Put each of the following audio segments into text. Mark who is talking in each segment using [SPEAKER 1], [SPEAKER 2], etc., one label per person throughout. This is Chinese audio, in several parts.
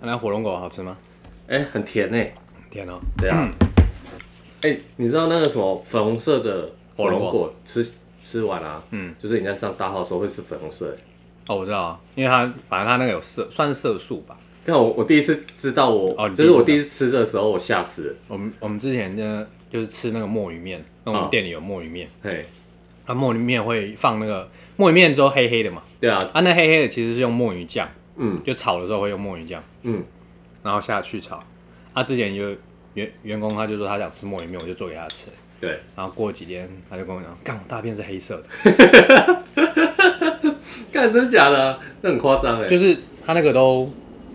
[SPEAKER 1] 那火龙果好吃吗？
[SPEAKER 2] 哎、很甜哎、
[SPEAKER 1] 甜哦，
[SPEAKER 2] 对啊，哎、你知道那个什么粉红色的火
[SPEAKER 1] 火
[SPEAKER 2] 龙
[SPEAKER 1] 龙
[SPEAKER 2] 果吃吃完啊，
[SPEAKER 1] 嗯，
[SPEAKER 2] 就是你在上大号的时候会是粉红色、欸。
[SPEAKER 1] 哦，我知道啊，因为它反正它那个有色，算是色素吧。
[SPEAKER 2] 但我我第一次知道我，
[SPEAKER 1] 哦你
[SPEAKER 2] 就是我
[SPEAKER 1] 第
[SPEAKER 2] 第
[SPEAKER 1] 一
[SPEAKER 2] 一次吃的时候，我吓死了。
[SPEAKER 1] 我们我们之前呢，就是吃那个墨鱼面，那我们店里有墨鱼面，
[SPEAKER 2] 嘿，
[SPEAKER 1] 它、墨鱼面会放那个墨鱼面之后黑黑的嘛，
[SPEAKER 2] 对啊，
[SPEAKER 1] 啊，那黑黑的其实是用墨鱼酱，
[SPEAKER 2] 嗯
[SPEAKER 1] 就炒的时候会用墨鱼酱，
[SPEAKER 2] 嗯，
[SPEAKER 1] 然后下去炒。啊，之前有员员工他就说他想吃墨鱼面，我就做给他吃。
[SPEAKER 2] 对，
[SPEAKER 1] 然后过几天他就跟我讲，干我大便是黑色的，
[SPEAKER 2] 干真的假的？这很夸张哎。
[SPEAKER 1] 就是他那个都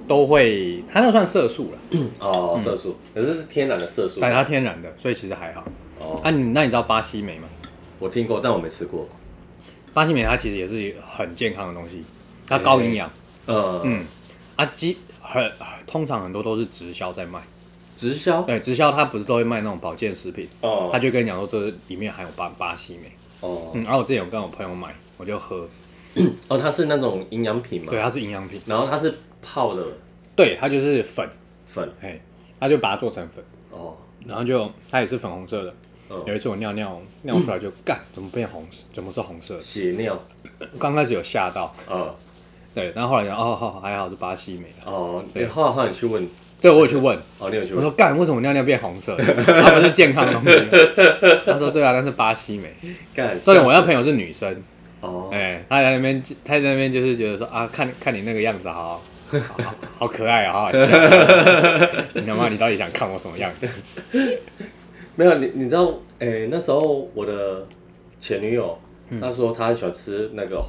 [SPEAKER 1] 都会，他那算色素了，
[SPEAKER 2] 哦，色素，可是是天然的色素。
[SPEAKER 1] 但它天然的，所以其实还好。
[SPEAKER 2] 哦，
[SPEAKER 1] 啊，你那你知道巴西莓吗？
[SPEAKER 2] 我听过，但我没吃过。
[SPEAKER 1] 巴西莓它其实也是很健康的东西，它高营养
[SPEAKER 2] 呃，
[SPEAKER 1] 嗯啊，基很通常很多都是直销在卖。
[SPEAKER 2] 直销。
[SPEAKER 1] 对，直销它不是都会卖那种保健食品，
[SPEAKER 2] 哦
[SPEAKER 1] 他就跟你讲说这里面含有巴巴西莓。
[SPEAKER 2] 哦
[SPEAKER 1] 嗯，然后我之前有跟我朋友买，我就喝，
[SPEAKER 2] 哦，它是那种营养品嘛
[SPEAKER 1] 对，，它是营养品，
[SPEAKER 2] 然后它是泡的
[SPEAKER 1] 对，它就是粉，
[SPEAKER 2] 粉。
[SPEAKER 1] 嘿，他就把它做成粉，
[SPEAKER 2] 哦，
[SPEAKER 1] 然后就它也是粉红色的。
[SPEAKER 2] 嗯
[SPEAKER 1] 有一次我尿尿尿出来就干，怎么变红色？怎么是红色的？
[SPEAKER 2] 血尿。
[SPEAKER 1] 刚开始有吓到，
[SPEAKER 2] 呃，
[SPEAKER 1] 对，然后后来讲哦，好还好是巴西莓啊。
[SPEAKER 2] 哦，
[SPEAKER 1] 对
[SPEAKER 2] 你后来后来你去问，
[SPEAKER 1] 对，我有去问，
[SPEAKER 2] 哦，你有去
[SPEAKER 1] 我
[SPEAKER 2] 问
[SPEAKER 1] 说干，为什么尿尿变红色的？ 它不是健康的东西吗？他说对啊，那是巴西莓。
[SPEAKER 2] 干？
[SPEAKER 1] 重点我
[SPEAKER 2] 吓
[SPEAKER 1] 那
[SPEAKER 2] 死
[SPEAKER 1] 朋友是女生，
[SPEAKER 2] 哦，
[SPEAKER 1] 哎、他在那边，他在那边就是觉得说啊，看看你那个样子好，好好好可爱啊，好好笑。啊 你他妈，你到底想看我什么样子？
[SPEAKER 2] 没有你，你知道，哎，那时候我的前女友，她说她喜欢吃那个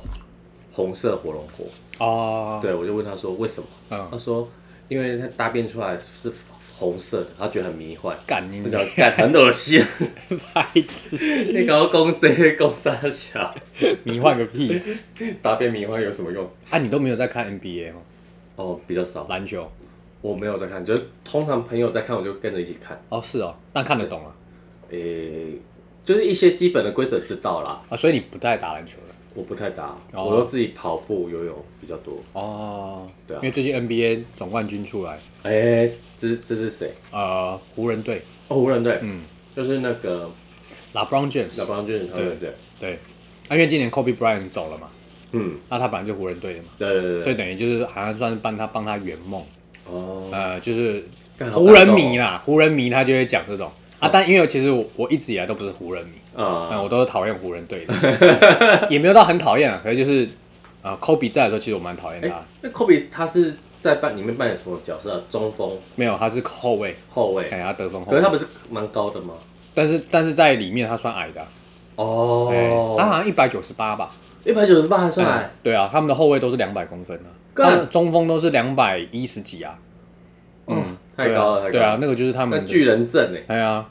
[SPEAKER 2] 红色火龙果，
[SPEAKER 1] 哦，
[SPEAKER 2] 对我就问她说为什么，
[SPEAKER 1] 嗯，
[SPEAKER 2] 她说因为她大便出来是红色的，她觉得很迷幻，
[SPEAKER 1] 干你
[SPEAKER 2] 我想干很恶 心，
[SPEAKER 1] 白痴，
[SPEAKER 2] 你搞公司公三小，
[SPEAKER 1] 你换个屁
[SPEAKER 2] 大便迷幻有什么用？
[SPEAKER 1] 啊！你都没有在看 NBA 哦，
[SPEAKER 2] 哦，比较少，
[SPEAKER 1] 篮球
[SPEAKER 2] 我没有在看，就是通常朋友在看，我就跟着一起看，
[SPEAKER 1] 哦，是哦，但看得懂啊
[SPEAKER 2] 诶，就是一些基本的规则知道啦。
[SPEAKER 1] 啊，所以你不太打篮球了
[SPEAKER 2] 我不太打，
[SPEAKER 1] 哦
[SPEAKER 2] 我都自己跑步、游泳比较多。
[SPEAKER 1] 哦，
[SPEAKER 2] 对啊
[SPEAKER 1] 因为最近 NBA 总冠军出来，
[SPEAKER 2] 哎、这这是谁？
[SPEAKER 1] 呃，湖人队，
[SPEAKER 2] 哦，湖人队，
[SPEAKER 1] 嗯
[SPEAKER 2] 就是那个
[SPEAKER 1] ，LeBron
[SPEAKER 2] 老
[SPEAKER 1] James，
[SPEAKER 2] 邦俊他们队。
[SPEAKER 1] 对，啊，因为今年 Kobe Bryant 走了嘛，
[SPEAKER 2] 嗯，
[SPEAKER 1] 那他本来就湖人队的嘛，
[SPEAKER 2] 对对
[SPEAKER 1] 所以
[SPEAKER 2] 对。
[SPEAKER 1] 等于就是好像算是帮他帮他圆梦。
[SPEAKER 2] 哦，
[SPEAKER 1] 呃，就是
[SPEAKER 2] 干
[SPEAKER 1] 湖人迷啦，湖人迷他就会讲这
[SPEAKER 2] 哦
[SPEAKER 1] 种啊。但因为其实我我一直以来都不是湖人迷，
[SPEAKER 2] 啊、
[SPEAKER 1] 嗯，我都是讨厌湖人队的，也没有到很讨厌啊，可是就是呃，科比在的时候，其实我蛮讨厌
[SPEAKER 2] 哎、
[SPEAKER 1] 他，
[SPEAKER 2] 那科比他是在扮里面扮演什么角色？中锋、
[SPEAKER 1] 没有，他是后卫，
[SPEAKER 2] 后卫。
[SPEAKER 1] 哎，他得分后
[SPEAKER 2] 可是他
[SPEAKER 1] 卫，
[SPEAKER 2] 不是蛮高的吗？
[SPEAKER 1] 但是但是在里面他算矮的，哎，他好
[SPEAKER 2] 哦，
[SPEAKER 1] 像一百九十八吧，
[SPEAKER 2] 一百九十八还算
[SPEAKER 1] 嗯，
[SPEAKER 2] 矮
[SPEAKER 1] 对啊，他们的后卫都是两百公分啊，
[SPEAKER 2] 干
[SPEAKER 1] 他们中锋都是两百一十几啊，
[SPEAKER 2] 嗯，太高了，太高了。
[SPEAKER 1] 对啊，那个就是他
[SPEAKER 2] 那
[SPEAKER 1] 们的
[SPEAKER 2] 巨人阵哎、
[SPEAKER 1] 哎呀，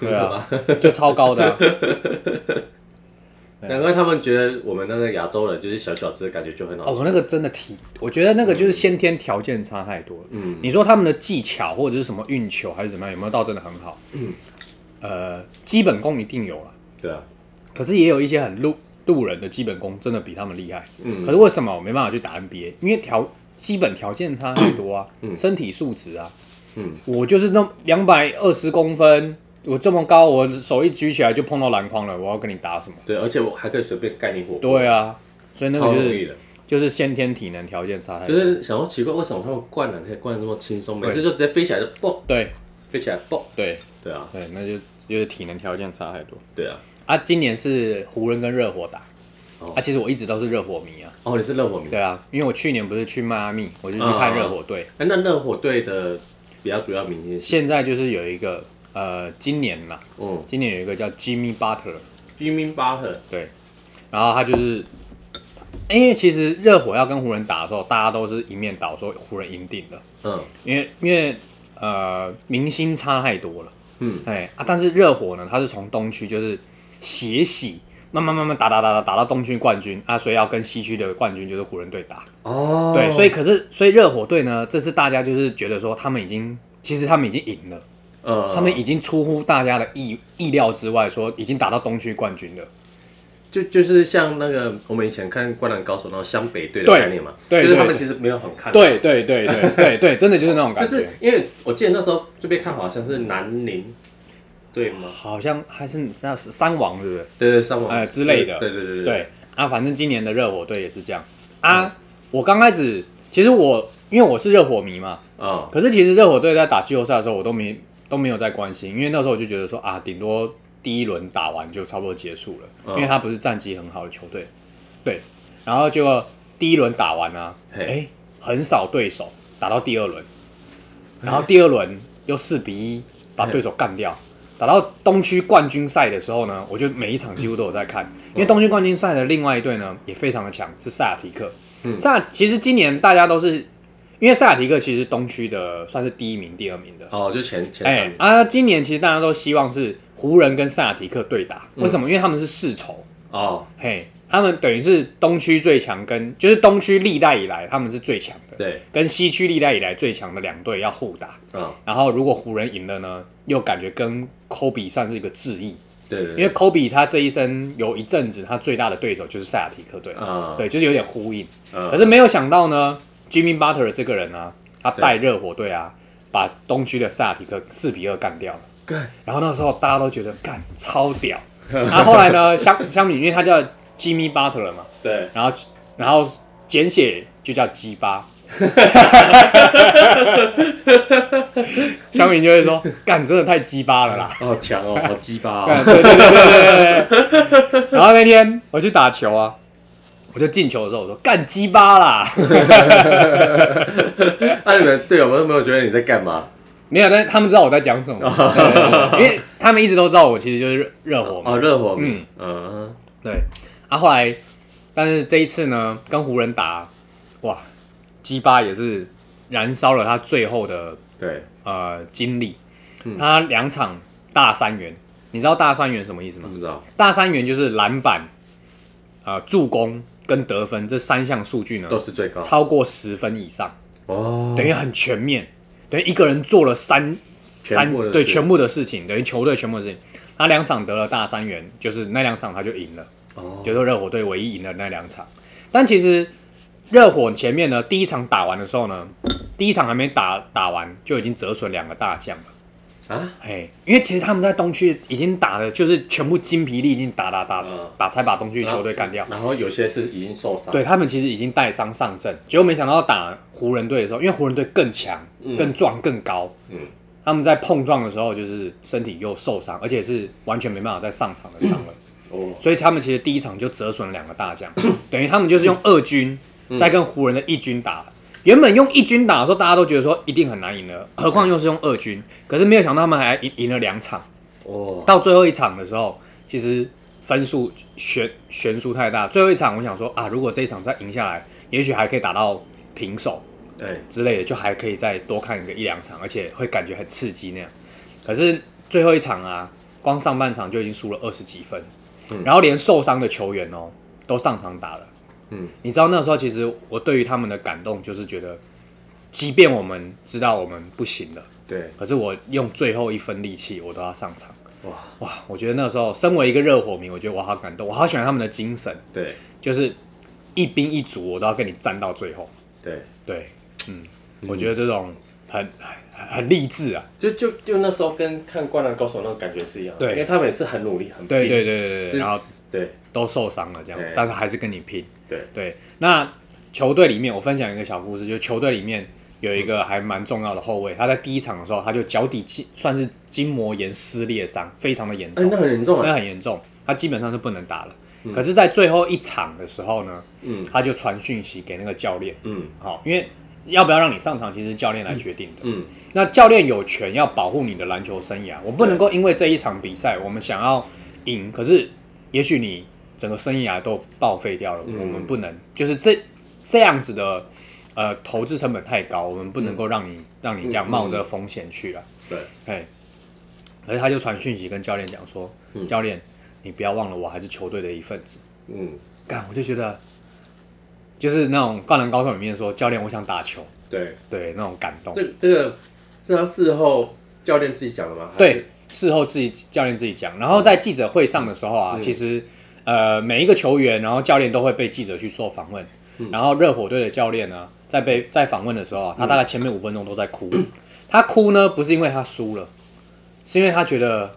[SPEAKER 1] 对啊，就超高的啊，
[SPEAKER 2] 难怪他们觉得我们那个亚洲人就是小小只，感觉就很好
[SPEAKER 1] 哦，我那个真的体，我觉得那个就是先天条件差太多了。
[SPEAKER 2] 嗯，
[SPEAKER 1] 你说他们的技巧或者是什么运球还是怎么样，有没有到真的很好？嗯，呃，基本功一定有了，
[SPEAKER 2] 对啊，
[SPEAKER 1] 可是也有一些很路路人的基本功真的比他们厉害。
[SPEAKER 2] 嗯
[SPEAKER 1] 可是为什么我没办法去打 NBA？因为条基本条件差太多啊，身体素质啊，
[SPEAKER 2] 嗯，
[SPEAKER 1] 我就是那两百二十公分，我这么高，我手一举起来就碰到篮筐了，我要跟你打什么？
[SPEAKER 2] 对，而且我还可以随便盖你火锅，
[SPEAKER 1] 对啊，所以那个
[SPEAKER 2] 超
[SPEAKER 1] 就
[SPEAKER 2] 容
[SPEAKER 1] 是
[SPEAKER 2] 易的。
[SPEAKER 1] 就是先天体能条件差太
[SPEAKER 2] 就
[SPEAKER 1] 多。
[SPEAKER 2] 是想说奇怪，为什么他们灌篮可以灌的这么轻松，
[SPEAKER 1] 对
[SPEAKER 2] 每次就直接飞起来就蹦，
[SPEAKER 1] 对
[SPEAKER 2] 飞起来蹦。
[SPEAKER 1] 对
[SPEAKER 2] 对啊，
[SPEAKER 1] 对，那就就是体能条件差太多
[SPEAKER 2] 对啊。
[SPEAKER 1] 啊。今年是湖人跟热火打、
[SPEAKER 2] 哦
[SPEAKER 1] 啊，其实我一直都是热火迷啊。
[SPEAKER 2] 哦，你是热火迷？
[SPEAKER 1] 对啊，因为我去年不是去迈阿密，我就去看热火队。
[SPEAKER 2] 哎，那热火队的比较主要明星是，
[SPEAKER 1] 现在就是有一个呃，今年嘛，
[SPEAKER 2] 嗯
[SPEAKER 1] 今年有一个叫 Jimmy Butler，
[SPEAKER 2] ，Jimmy Butler，
[SPEAKER 1] 对，然后他就是。因为其实热火要跟湖人打的时候，大家都是一面倒说湖人赢定了，
[SPEAKER 2] 嗯
[SPEAKER 1] 因为因为呃明星差太多了。
[SPEAKER 2] 嗯，
[SPEAKER 1] 哎啊，但是热火呢，它是从东区就是血洗，慢慢慢慢打打打打打到东区冠军啊，所以要跟西区的冠军就是湖人队打。
[SPEAKER 2] 哦，
[SPEAKER 1] 对，所以可是所以热火队呢，这次大家就是觉得说他们已经，其实他们已经赢了，
[SPEAKER 2] 呃，
[SPEAKER 1] 哦他们已经出乎大家的意意料之外，说已经打到东区冠军了。
[SPEAKER 2] 就就是像那个我们以前看《灌篮高手》那种湘北队的
[SPEAKER 1] 对
[SPEAKER 2] 概念嘛，
[SPEAKER 1] 对
[SPEAKER 2] 就是他
[SPEAKER 1] 对
[SPEAKER 2] 们其实没有很看，，
[SPEAKER 1] 对对对对 对对，真的就是那种
[SPEAKER 2] 就
[SPEAKER 1] 感觉。
[SPEAKER 2] 是因为我记得那时候就被看好像是南宁，对吗？
[SPEAKER 1] 好像还是那是三王，是不是？
[SPEAKER 2] 对对，上网
[SPEAKER 1] 呃之类的
[SPEAKER 2] 对对对嗯对
[SPEAKER 1] 对啊，反正今年的热火队也是这样啊。我刚开始其实我因为我是热火迷嘛，
[SPEAKER 2] 啊，
[SPEAKER 1] 可是其实热火队在打季后赛的时候，我都没都没有在关心，因为那时候我就觉得说啊，顶多第一轮打完就差不多结束了，
[SPEAKER 2] 嗯
[SPEAKER 1] 因为他不是战绩很好的球队，对。然后结果第一轮打完啊，哎、
[SPEAKER 2] 嘿，
[SPEAKER 1] 很少对手打到第二轮，然后第二轮又四比一把对手干掉。打到东区冠军赛的时候呢，我就每一场几乎都有在看，因为东区冠军赛的另外一队呢也非常的强，是塞尔提克。
[SPEAKER 2] 嗯
[SPEAKER 1] 塞尔其实今年大家都是，因为塞尔提克其实东区的算是第一名、第二名的，
[SPEAKER 2] 哦，就前前三
[SPEAKER 1] 哎、
[SPEAKER 2] 名
[SPEAKER 1] 啊，今年其实大家都希望是湖人跟塞尔提克对打，为什么？因为他们是世仇，
[SPEAKER 2] 哦，
[SPEAKER 1] 嘿，他们等于是东区最强跟就是东区历代以来他们是最强的，
[SPEAKER 2] 对，
[SPEAKER 1] 跟西区历代以来最强的两队要互打。
[SPEAKER 2] 啊，
[SPEAKER 1] 然后如果湖人赢了呢，又感觉跟科比算是一个致意，
[SPEAKER 2] 对对
[SPEAKER 1] 因
[SPEAKER 2] 对，
[SPEAKER 1] 为科比他这一生有一阵子他最大的对手就是塞尔提克队，
[SPEAKER 2] 啊，
[SPEAKER 1] 对，就是有点呼应。
[SPEAKER 2] 嗯
[SPEAKER 1] 可是没有想到呢，Jimmy Butler 这个人啊，他带热火队啊，把东区的塞尔提克四比二干掉了。
[SPEAKER 2] 干
[SPEAKER 1] 然后那时候大家都觉得干超屌。然后后来呢，相相比，因为他叫 Jimmy Butler 嘛，
[SPEAKER 2] 对，
[SPEAKER 1] 然后然后简写就叫鸡巴。香米就会说：“ 干，真的太鸡巴了啦！”
[SPEAKER 2] 哦，强哦，好鸡巴
[SPEAKER 1] 对
[SPEAKER 2] 哦，
[SPEAKER 1] 对对对对对对。 然后那天我去打球啊，我就进球的时候我说干鸡巴啦，
[SPEAKER 2] 啊那你们队友们有没有觉得你在干嘛？
[SPEAKER 1] 没有，但是他们知道我在讲 什么，对对对因为他们一直都知道我其实就是热热火嘛。
[SPEAKER 2] 哦，热火，
[SPEAKER 1] 嗯
[SPEAKER 2] 嗯嗯，
[SPEAKER 1] 对，啊后来，但是这一次呢，跟湖人打，哇，鸡巴也是燃烧了他最后的
[SPEAKER 2] 对，
[SPEAKER 1] 呃精力，
[SPEAKER 2] 嗯
[SPEAKER 1] 他两场大三元，你知道大三元什么意思吗？
[SPEAKER 2] 不知道，
[SPEAKER 1] 大三元就是篮板、呃助攻跟得分这三项数据呢
[SPEAKER 2] 都，是最高
[SPEAKER 1] 超过十分以上，
[SPEAKER 2] 哦，
[SPEAKER 1] 等于很全面，等于一个人做了三三
[SPEAKER 2] 全部的事
[SPEAKER 1] 对全部的事情，等于球队全部的事情。他两场得了大三元，就是那两场他就赢了，
[SPEAKER 2] 哦，
[SPEAKER 1] 就是热火队唯一赢的那两场。但其实热火前面呢，第一场打完的时候呢，第一场还没打打完就已经折损两个大将了。
[SPEAKER 2] 啊，
[SPEAKER 1] 哎，因为其实他们在东区已经打的，就是全部精疲力尽，打打打
[SPEAKER 2] 嗯
[SPEAKER 1] 打，才把东区球队干掉。
[SPEAKER 2] 然后有些是已经受伤，
[SPEAKER 1] 对他们其实已经带伤上阵，结果没想到打湖人队的时候，因为湖人队更强、
[SPEAKER 2] 嗯
[SPEAKER 1] 更壮、更高，
[SPEAKER 2] 嗯
[SPEAKER 1] 他们在碰撞的时候就是身体又受伤，而且是完全没办法再上场的伤 了，
[SPEAKER 2] 哦，
[SPEAKER 1] 所以他们其实第一场就折损了两个大 将，等于他们就是用二军
[SPEAKER 2] 嗯
[SPEAKER 1] 在跟湖人的一军打。原本用一军打的时候，大家都觉得说一定很难赢的，何况又是用二军。可是没有想到他们还赢赢了两场，
[SPEAKER 2] 哦，
[SPEAKER 1] 到最后一场的时候，其实分数悬悬殊太大。最后一场，我想说啊，如果这一场再赢下来，也许还可以打到平手
[SPEAKER 2] 对，
[SPEAKER 1] 之类的，就还可以再多看个一两场，而且会感觉很刺激那样。可是最后一场啊，光上半场就已经输了二十几分，
[SPEAKER 2] 嗯
[SPEAKER 1] 然后连受伤的球员哦都上场打了。
[SPEAKER 2] 嗯，
[SPEAKER 1] 你知道那时候其实我对于他们的感动就是觉得，即便我们知道我们不行了，
[SPEAKER 2] 对，
[SPEAKER 1] 可是我用最后一分力气，我都要上场。
[SPEAKER 2] 哇，
[SPEAKER 1] 哇，我觉得那时候身为一个热火迷，我觉得我好感动，我好喜欢他们的精神，
[SPEAKER 2] 对
[SPEAKER 1] 就是一兵一卒，我都要跟你战到最后。
[SPEAKER 2] 对。
[SPEAKER 1] 对，嗯，我觉得这种很很很励志啊。
[SPEAKER 2] 就就就那时候跟看《灌篮高手》那种感觉是一样的，
[SPEAKER 1] 对
[SPEAKER 2] 因为他们也是很努力，很拼
[SPEAKER 1] 对对对对对对，
[SPEAKER 2] 就是
[SPEAKER 1] 然后
[SPEAKER 2] 对
[SPEAKER 1] 都受伤了这样
[SPEAKER 2] 对，
[SPEAKER 1] 但是还是跟你拼。
[SPEAKER 2] 对
[SPEAKER 1] 对，那球队里面我分享一个小故事，就球队里面有一个还蛮重要的后卫，他在第一场的时候他就脚底筋算是筋膜炎撕裂伤，非常的严
[SPEAKER 2] 哎、
[SPEAKER 1] 重
[SPEAKER 2] 那。很严重哎、
[SPEAKER 1] 那很严重，他基本上是不能打了。可是，在最后一场的时候呢，
[SPEAKER 2] 嗯
[SPEAKER 1] 他就传讯息给那个教练，
[SPEAKER 2] 嗯
[SPEAKER 1] 好，因为要不要让你上场，其实教练来决定的。
[SPEAKER 2] 嗯，
[SPEAKER 1] 那教练有权要保护你的篮球生涯，我不能够因为这一场比赛我们想要赢，可是也许你整个生涯都报废掉了，
[SPEAKER 2] 嗯
[SPEAKER 1] 我们不能就是这这样子的。呃，投资成本太高，我们不能够让你、让你这样冒着风险去了。
[SPEAKER 2] 嗯对，
[SPEAKER 1] 哎，可是他就传讯息跟教练讲说，
[SPEAKER 2] 嗯
[SPEAKER 1] 教练，你不要忘了我还是球队的一份子。
[SPEAKER 2] 嗯
[SPEAKER 1] 干，我就觉得，就是那种《灌篮高手》里面说，教练，我想打球，
[SPEAKER 2] 对，
[SPEAKER 1] 对那种感动。
[SPEAKER 2] 这这个是他事后教练自己讲的吗？还是
[SPEAKER 1] 对，，事后自己教练自己讲，然后在记者会上的时候啊，
[SPEAKER 2] 嗯
[SPEAKER 1] 其实。呃，每一个球员，然后教练都会被记者去做访问。
[SPEAKER 2] 嗯
[SPEAKER 1] 然后热火队的教练呢，在被在访问的时候啊，他大概前面五分钟都在哭。 他哭呢，不是因为他输了，是因为他觉得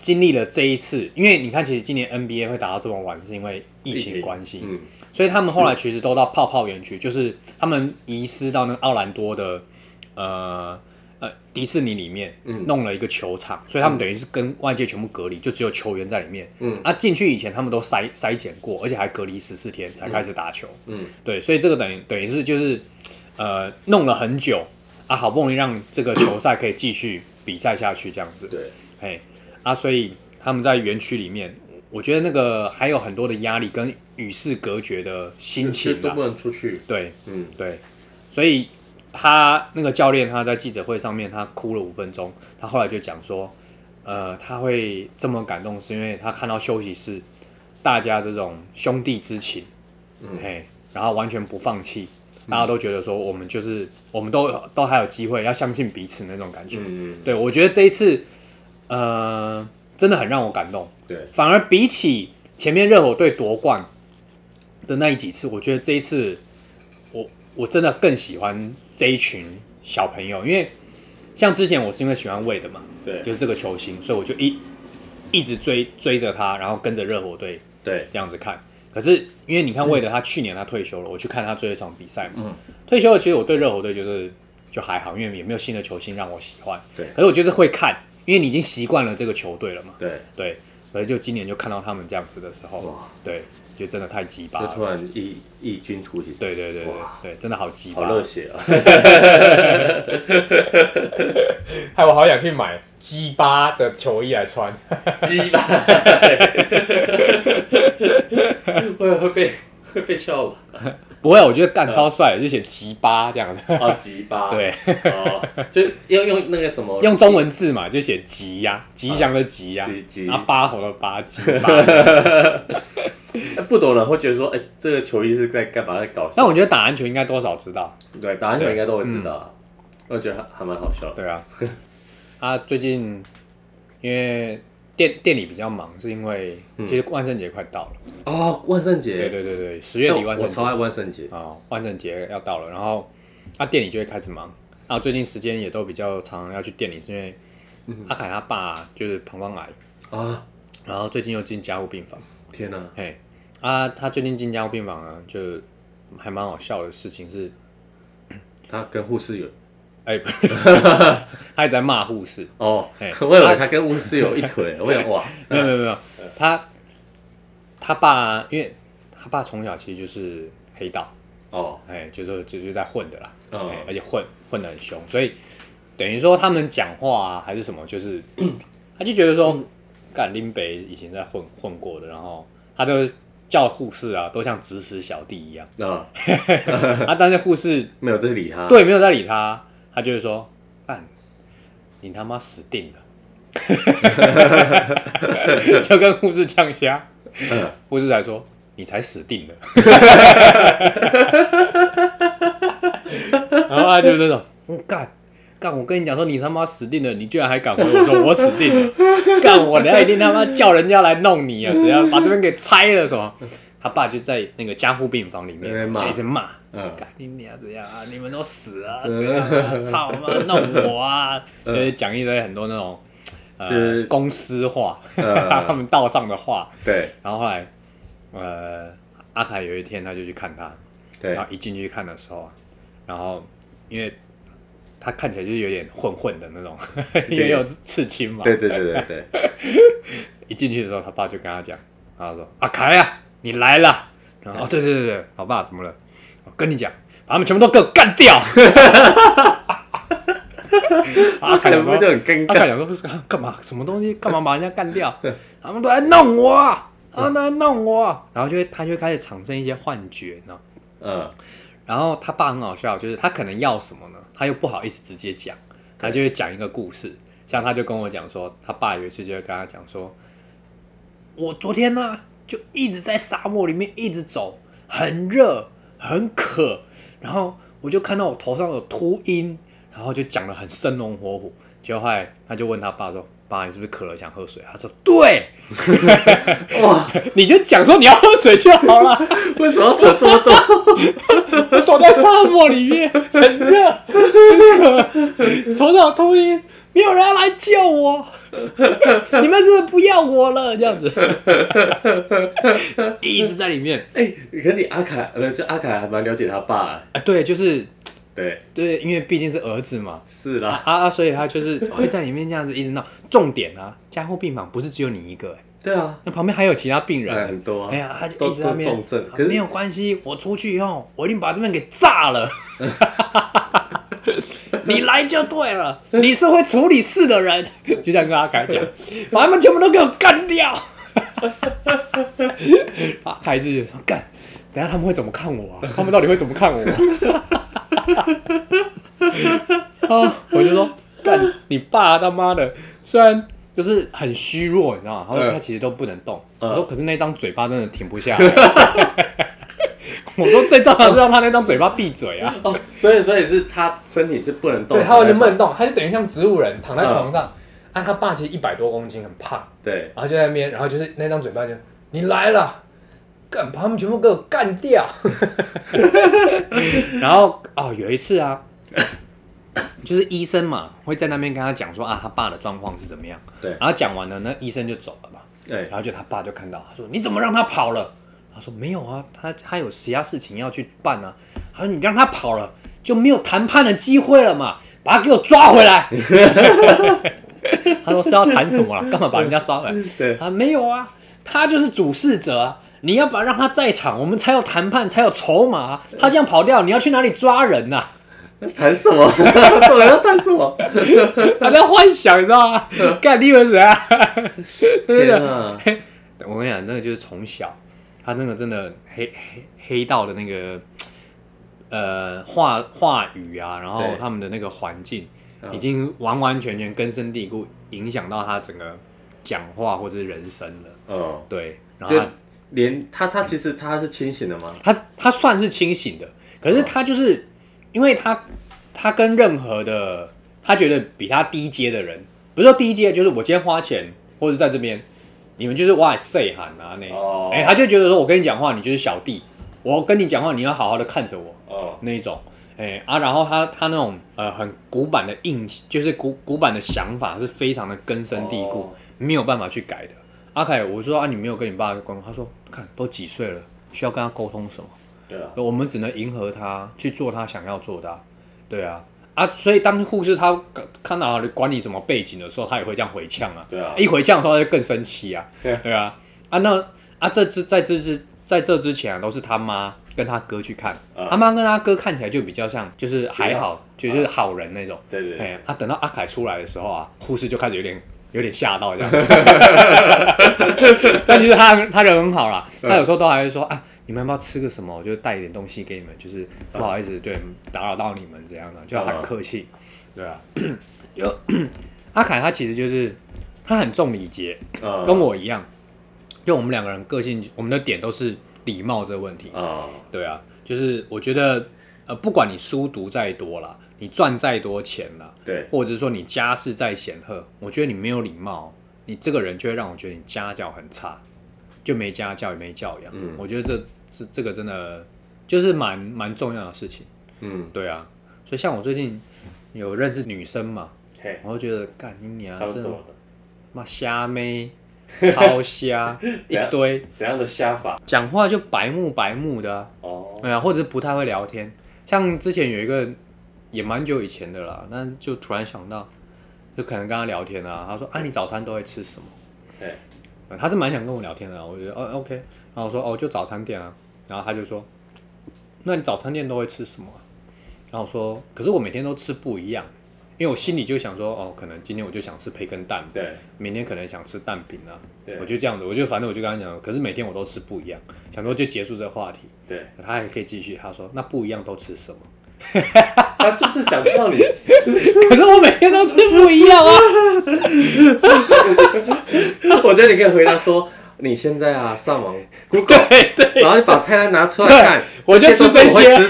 [SPEAKER 1] 经历了这一次，因为你看，其实今年 NBA 会打到这么晚，是因为疫情关系。
[SPEAKER 2] 嗯，
[SPEAKER 1] 所以他们后来其实都到泡泡园区，就是他们遗失到那个奥兰多的呃呃迪士尼里面，
[SPEAKER 2] 嗯
[SPEAKER 1] 弄了一个球场，所以他们等于是跟外界全部隔离，就只有球员在里面。嗯，啊，进去以前他们都筛筛检过，而且还隔离十四天才开始打球。
[SPEAKER 2] 嗯，
[SPEAKER 1] 对，所以这个等于等于是就是呃弄了很久啊，好不容易让这个球赛可以继续比赛下去，这样子。
[SPEAKER 2] 对，
[SPEAKER 1] 哎，啊，所以他们在园区里面，我觉得那个还有很多的压力跟与世隔绝的心
[SPEAKER 2] 就
[SPEAKER 1] 情
[SPEAKER 2] 都
[SPEAKER 1] 啊
[SPEAKER 2] 不，能出去。
[SPEAKER 1] 对
[SPEAKER 2] 嗯，
[SPEAKER 1] 对，所以他那个教练他在记者会上面他哭了五分钟，他后来就讲说，呃，他会这么感动是因为他看到休息室大家这种兄弟之情，嘿，然后完全不放弃。大家都觉得说，我们就是我们都都还有机会，要相信彼此那种感觉。
[SPEAKER 2] 嗯，
[SPEAKER 1] 对，我觉得这一次，呃，真的很让我感动。
[SPEAKER 2] 对，
[SPEAKER 1] 反而比起前面热火队夺冠的那一几次，我觉得这一次，我我真的更喜欢这一群小朋友，因为像之前我是因为喜欢魏的嘛，就
[SPEAKER 2] 对，
[SPEAKER 1] 是这个球星，所以我就一一直追追着他，然后跟着热火队
[SPEAKER 2] 对，
[SPEAKER 1] 这样子看。可是因为你看，为了他去年他退休了，我去看他最后一场比赛嘛。
[SPEAKER 2] 嗯
[SPEAKER 1] 退休了，其实我对热火队就是就还好，因为也没有新的球星让我喜欢。
[SPEAKER 2] 对
[SPEAKER 1] 可是我就是会看，因为你已经习惯了这个球队了嘛。
[SPEAKER 2] 对，
[SPEAKER 1] 对，可是就今年就看到他们这样子的时候
[SPEAKER 2] 哇，
[SPEAKER 1] 对，就真的太鸡巴
[SPEAKER 2] 就
[SPEAKER 1] 了。
[SPEAKER 2] 突然异异军突起，
[SPEAKER 1] 对对对对
[SPEAKER 2] 哇
[SPEAKER 1] 对，真的好鸡
[SPEAKER 2] 好
[SPEAKER 1] 巴
[SPEAKER 2] 热！血啊！
[SPEAKER 1] 害我好想去买鸡巴的球衣来穿。
[SPEAKER 2] 鸡巴，会会被会被笑吧？
[SPEAKER 1] 不会，我觉得干超帅的，就写鸡巴这样子。
[SPEAKER 2] 哦，鸡巴，，
[SPEAKER 1] 对，
[SPEAKER 2] 哦，就要用那个什么，
[SPEAKER 1] 用中文字嘛，就写吉呀，吉祥的吉呀
[SPEAKER 2] 吉，吉
[SPEAKER 1] 啊，八猴的八，鸡 巴。
[SPEAKER 2] 不懂的人会觉得说，哎，这个球衣是在干嘛在搞笑？
[SPEAKER 1] 但我觉得打篮球应该多少知道，
[SPEAKER 2] 对，打篮球应该都会知道啊，我觉得还还蛮好笑的。
[SPEAKER 1] 对啊。 啊，最近因为店店里比较忙，是因为其实万圣节快到了。
[SPEAKER 2] 哦，万圣节，
[SPEAKER 1] 嗯对对对对，十月底万
[SPEAKER 2] 我
[SPEAKER 1] 圣节
[SPEAKER 2] 超爱万圣节。
[SPEAKER 1] 啊，万圣节要到了，然后啊店里就会开始忙。啊，最近时间也都比较常要去店里，是因为阿凯他爸就是膀胱癌，
[SPEAKER 2] 啊！
[SPEAKER 1] 然后最近又进加护病房。
[SPEAKER 2] 天哪、
[SPEAKER 1] 嘿，啊，他最近进加护病房呢，就还蛮好笑的事情是，
[SPEAKER 2] 他跟护士有
[SPEAKER 1] 哎、不 他也在骂护士，
[SPEAKER 2] 哦
[SPEAKER 1] 嘿，
[SPEAKER 2] 我以为他跟护士有一腿，我想哇，
[SPEAKER 1] 没有没有没有，他他爸因为他爸从小其实就是黑道，
[SPEAKER 2] 哦，
[SPEAKER 1] 哎，就是就是在混的啦，
[SPEAKER 2] 哦
[SPEAKER 1] 哎而且混混的很凶，所以等于说他们讲话啊还是什么，就是 他就觉得说，干林北以前在混混过的，然后他就叫护士啊，都像指使小弟一样
[SPEAKER 2] 那、
[SPEAKER 1] 啊，但是护士
[SPEAKER 2] 没有这是理他，
[SPEAKER 1] 对没有在理他，他就是说，干你他妈死定了， 就跟护士呛虾，
[SPEAKER 2] 嗯
[SPEAKER 1] 护士才说你才死定了， 然后他就那种，我、干。干！我跟你讲说，你他妈死定了！你居然还敢回我说我死定了！干！我等下一定他妈叫人家来弄你啊！只要把这边给拆了什么？他爸就在那个加护病房里面
[SPEAKER 2] 在那边骂
[SPEAKER 1] 就一直骂，
[SPEAKER 2] 嗯
[SPEAKER 1] 干你娘怎样啊？你们都死啊！怎样啊？操妈弄我啊！就是讲一堆很多那种
[SPEAKER 2] 嗯就
[SPEAKER 1] 呃
[SPEAKER 2] 是
[SPEAKER 1] 公司话，
[SPEAKER 2] 呃
[SPEAKER 1] 他们道上的话。
[SPEAKER 2] 对
[SPEAKER 1] 然后后来呃阿凯有一天他就去看他，
[SPEAKER 2] 对
[SPEAKER 1] 然后一进去看的时候啊，然后因为他看起来就是有点混混的那种， 因为有刺青嘛。
[SPEAKER 2] 对对对对对
[SPEAKER 1] 啊
[SPEAKER 2] 对，
[SPEAKER 1] 一进去的时候，他爸就跟他讲，然后他说：“阿凯啊，你来了。”然后哦，对对对对，老爸怎么了？我跟你讲，把他们全部都给我干 掉。 阿凯
[SPEAKER 2] 可能
[SPEAKER 1] 想
[SPEAKER 2] 会就
[SPEAKER 1] 说，
[SPEAKER 2] 很尴
[SPEAKER 1] 阿凯想
[SPEAKER 2] 尬，
[SPEAKER 1] 说干干嘛？什么东西？干嘛把人家干掉？他们都来弄我啊，他们都来弄我啊。然后就会他就会开始产生一些幻觉，你知道吗
[SPEAKER 2] 嗯，
[SPEAKER 1] 然后他爸很好笑，就是他可能要什么呢？他又不好意思直接讲，他就会讲一个故事。像他就跟我讲说，他爸有一次就会跟他讲说，我昨天呢、就一直在沙漠里面一直走，很热很渴，然后我就看到我头上有秃鹰，然后就讲的很生龙活虎。结果后来他就问他爸说：“爸，你是不是渴了想喝水？”他说：“对。
[SPEAKER 2] 哇，”
[SPEAKER 1] 你就讲说你要喝水就好了。
[SPEAKER 2] 为什么要扯这么多？
[SPEAKER 1] 走在沙漠里面，很热，很渴，头脑秃晕，没有人要来救我，你们是不是不要我了？这样子，一直在里面。
[SPEAKER 2] 哎、可是你阿凯，呃，就阿凯还蛮了解他爸、啊，
[SPEAKER 1] 啊，对，就是
[SPEAKER 2] 对，
[SPEAKER 1] 对，因为毕竟是儿子嘛，
[SPEAKER 2] 是啦，
[SPEAKER 1] 啊啊，所以他就是会在里面这样子一直闹。重点啊，加护病房不是只有你一个、欸，
[SPEAKER 2] 对啊，
[SPEAKER 1] 那旁边还有其他病人。
[SPEAKER 2] 哎很多、啊，
[SPEAKER 1] 哎呀，他就
[SPEAKER 2] 都
[SPEAKER 1] 一直在那
[SPEAKER 2] 都
[SPEAKER 1] 边
[SPEAKER 2] 重症，
[SPEAKER 1] 啊
[SPEAKER 2] 可是
[SPEAKER 1] 没有关系，我出去以后，我一定把这边给炸 了。你来就对了，你是会处理事的人，就这样跟阿凯讲，把他们全部都给我干掉。阿凯就觉得说干，等一下他们会怎么看我、啊？他 们到底会怎么看我、 啊，我就说干你爸他妈的，虽然就是很虚弱，你知道吗？他说
[SPEAKER 2] 嗯
[SPEAKER 1] 他其实都不能动。
[SPEAKER 2] 嗯
[SPEAKER 1] 我说可是那张嘴巴真的停不下来。 我说最重要的是让他那张嘴巴闭嘴啊！
[SPEAKER 2] 哦，所以所以是他身体是不能动，
[SPEAKER 1] 对，他完全不
[SPEAKER 2] 闷，
[SPEAKER 1] 能动，他就等于像植物人躺在床上。啊，他爸其实一百多公斤，很胖，
[SPEAKER 2] 对，
[SPEAKER 1] 然后就在那边，然后就是那张嘴巴就你来了，干把他们全部给我干掉。 然后哦，有一次啊， 就是医生嘛会在那边跟他讲说啊，他爸的状况是怎么样。
[SPEAKER 2] 对
[SPEAKER 1] 然后讲完了，那医生就走了嘛。
[SPEAKER 2] 哎、
[SPEAKER 1] 然后就他爸就看到，他说：“你怎么让他跑了？”他说：“没有啊，他他有其他事情要去办啊。”他说：“你让他跑了，就没有谈判的机会了嘛，把他给我抓回来。” 他说：“是要谈什么了？啊干嘛把人家抓回来？”
[SPEAKER 2] 对，
[SPEAKER 1] 啊，没有啊，他就是主事者啊。你要把让他在场，我们才有谈判，才有筹码、啊。他这样跑掉，你要去哪里抓人 呐、啊？
[SPEAKER 2] 谈什么？ 到底要谈 什么？
[SPEAKER 1] 他在幻想，你知道吗？干你们谁 啊？真的
[SPEAKER 2] 天。啊，
[SPEAKER 1] 我跟你讲，那个就是从小，他那个真的黑黑黑道的那个呃话话语啊，然后
[SPEAKER 2] 对
[SPEAKER 1] 他们的那个环境，
[SPEAKER 2] 嗯
[SPEAKER 1] 已经完完全全根深蒂固，影响到他整个讲话或者是人生了。
[SPEAKER 2] 哦，
[SPEAKER 1] 对，然后
[SPEAKER 2] 就连他他其实他是清醒的吗？
[SPEAKER 1] 他他他算是清醒的，可是他就是、因为他他跟任何的他觉得比他低阶的人，不是说低阶，就是我今天花钱或者在这边，你们就是哇塞喊啊那。
[SPEAKER 2] 哦
[SPEAKER 1] 哎、他就觉得说，我跟你讲话，你就是小弟；我跟你讲话，你要好好的看着我
[SPEAKER 2] 哦，
[SPEAKER 1] 那一种。哎、啊，然后他他那种呃很古板的印，就是古古板的想法是非常的根深蒂固，
[SPEAKER 2] 哦
[SPEAKER 1] 没有办法去改的。阿凯，我说啊，你没有跟你爸沟通，他说看都几岁了，需要跟他沟通什么？
[SPEAKER 2] 对啊，
[SPEAKER 1] 我们只能迎合他，去做他想要做的啊、对啊。啊，所以当护士他看到管你什么背景的时候，他也会这样回呛啊。
[SPEAKER 2] 对啊，
[SPEAKER 1] 一回呛的时候他就更生气啊，
[SPEAKER 2] 对
[SPEAKER 1] 对啊，啊那啊这之在这之在这之前、啊、都是他妈跟他哥去看，
[SPEAKER 2] 嗯啊
[SPEAKER 1] 他妈跟他哥看起来就比较像就是还好，就是好人那种，
[SPEAKER 2] 对对对，
[SPEAKER 1] 哎、啊等到阿凯出来的时候啊，护士就开始有点有点吓到这 样，但其实他他人很好啦，
[SPEAKER 2] 嗯
[SPEAKER 1] 他有时候都还会说啊。你们要不要吃个什么？我就带一点东西给你们，就是不好意思，对，打扰到你们这样的，就很
[SPEAKER 2] 嗯
[SPEAKER 1] 客气，对啊。
[SPEAKER 2] 有
[SPEAKER 1] 阿凯他其实就是他很重礼节，
[SPEAKER 2] 嗯
[SPEAKER 1] 跟我一样，就我们两个人个性，我们的点都是礼貌这个问题。
[SPEAKER 2] 啊，
[SPEAKER 1] 对啊，就是我觉得，呃，不管你书读再多啦，你赚再多钱啦，
[SPEAKER 2] 对，
[SPEAKER 1] 或者是说你家世再显赫，我觉得你没有礼貌，你这个人就会让我觉得你家教很差，就没家教也没教养。
[SPEAKER 2] 嗯
[SPEAKER 1] 我觉得这这这个真的就是蛮蛮重要的事情。
[SPEAKER 2] 嗯，
[SPEAKER 1] 对啊，所以像我最近有认识女生嘛，
[SPEAKER 2] 嘿，
[SPEAKER 1] 我就觉得干你娘，
[SPEAKER 2] 他们
[SPEAKER 1] 真
[SPEAKER 2] 怎
[SPEAKER 1] 的
[SPEAKER 2] 么了？
[SPEAKER 1] 妈瞎妹，超瞎一
[SPEAKER 2] 样
[SPEAKER 1] 堆，
[SPEAKER 2] 怎样的瞎法？
[SPEAKER 1] 讲话就白目白目的、啊，
[SPEAKER 2] 哦，
[SPEAKER 1] 对啊，或者是不太会聊天。像之前有一个也蛮久以前的啦，那就突然想到，就可能跟他聊天啊，他说：“啊，你早餐都会吃什么
[SPEAKER 2] 对，？”
[SPEAKER 1] 呃他是蛮想跟我聊天的、啊，我觉得哦 OK，然后我说哦就早餐店啊，然后他就说：“那你早餐店都会吃什么啊、然后我说：“可是我每天都吃不一样，因为我心里就想说哦，可能今天我就想吃培根蛋嘛
[SPEAKER 2] 对，
[SPEAKER 1] 明天可能想吃蛋饼啊，
[SPEAKER 2] 对
[SPEAKER 1] 我就这样子，我就反正我就跟他讲，可是每天我都吃不一样，想说就结束这个话题，
[SPEAKER 2] 对，
[SPEAKER 1] 他还可以继续，他说那不一样都吃什么？
[SPEAKER 2] 他就是想知道你，
[SPEAKER 1] 可是我每天都吃不一样啊，
[SPEAKER 2] 我觉得你可以回答说，你现在啊 上网，
[SPEAKER 1] 对对，
[SPEAKER 2] 然后你把菜单拿出来看，
[SPEAKER 1] 我就吃生
[SPEAKER 2] 这些都是我会
[SPEAKER 1] 鲜，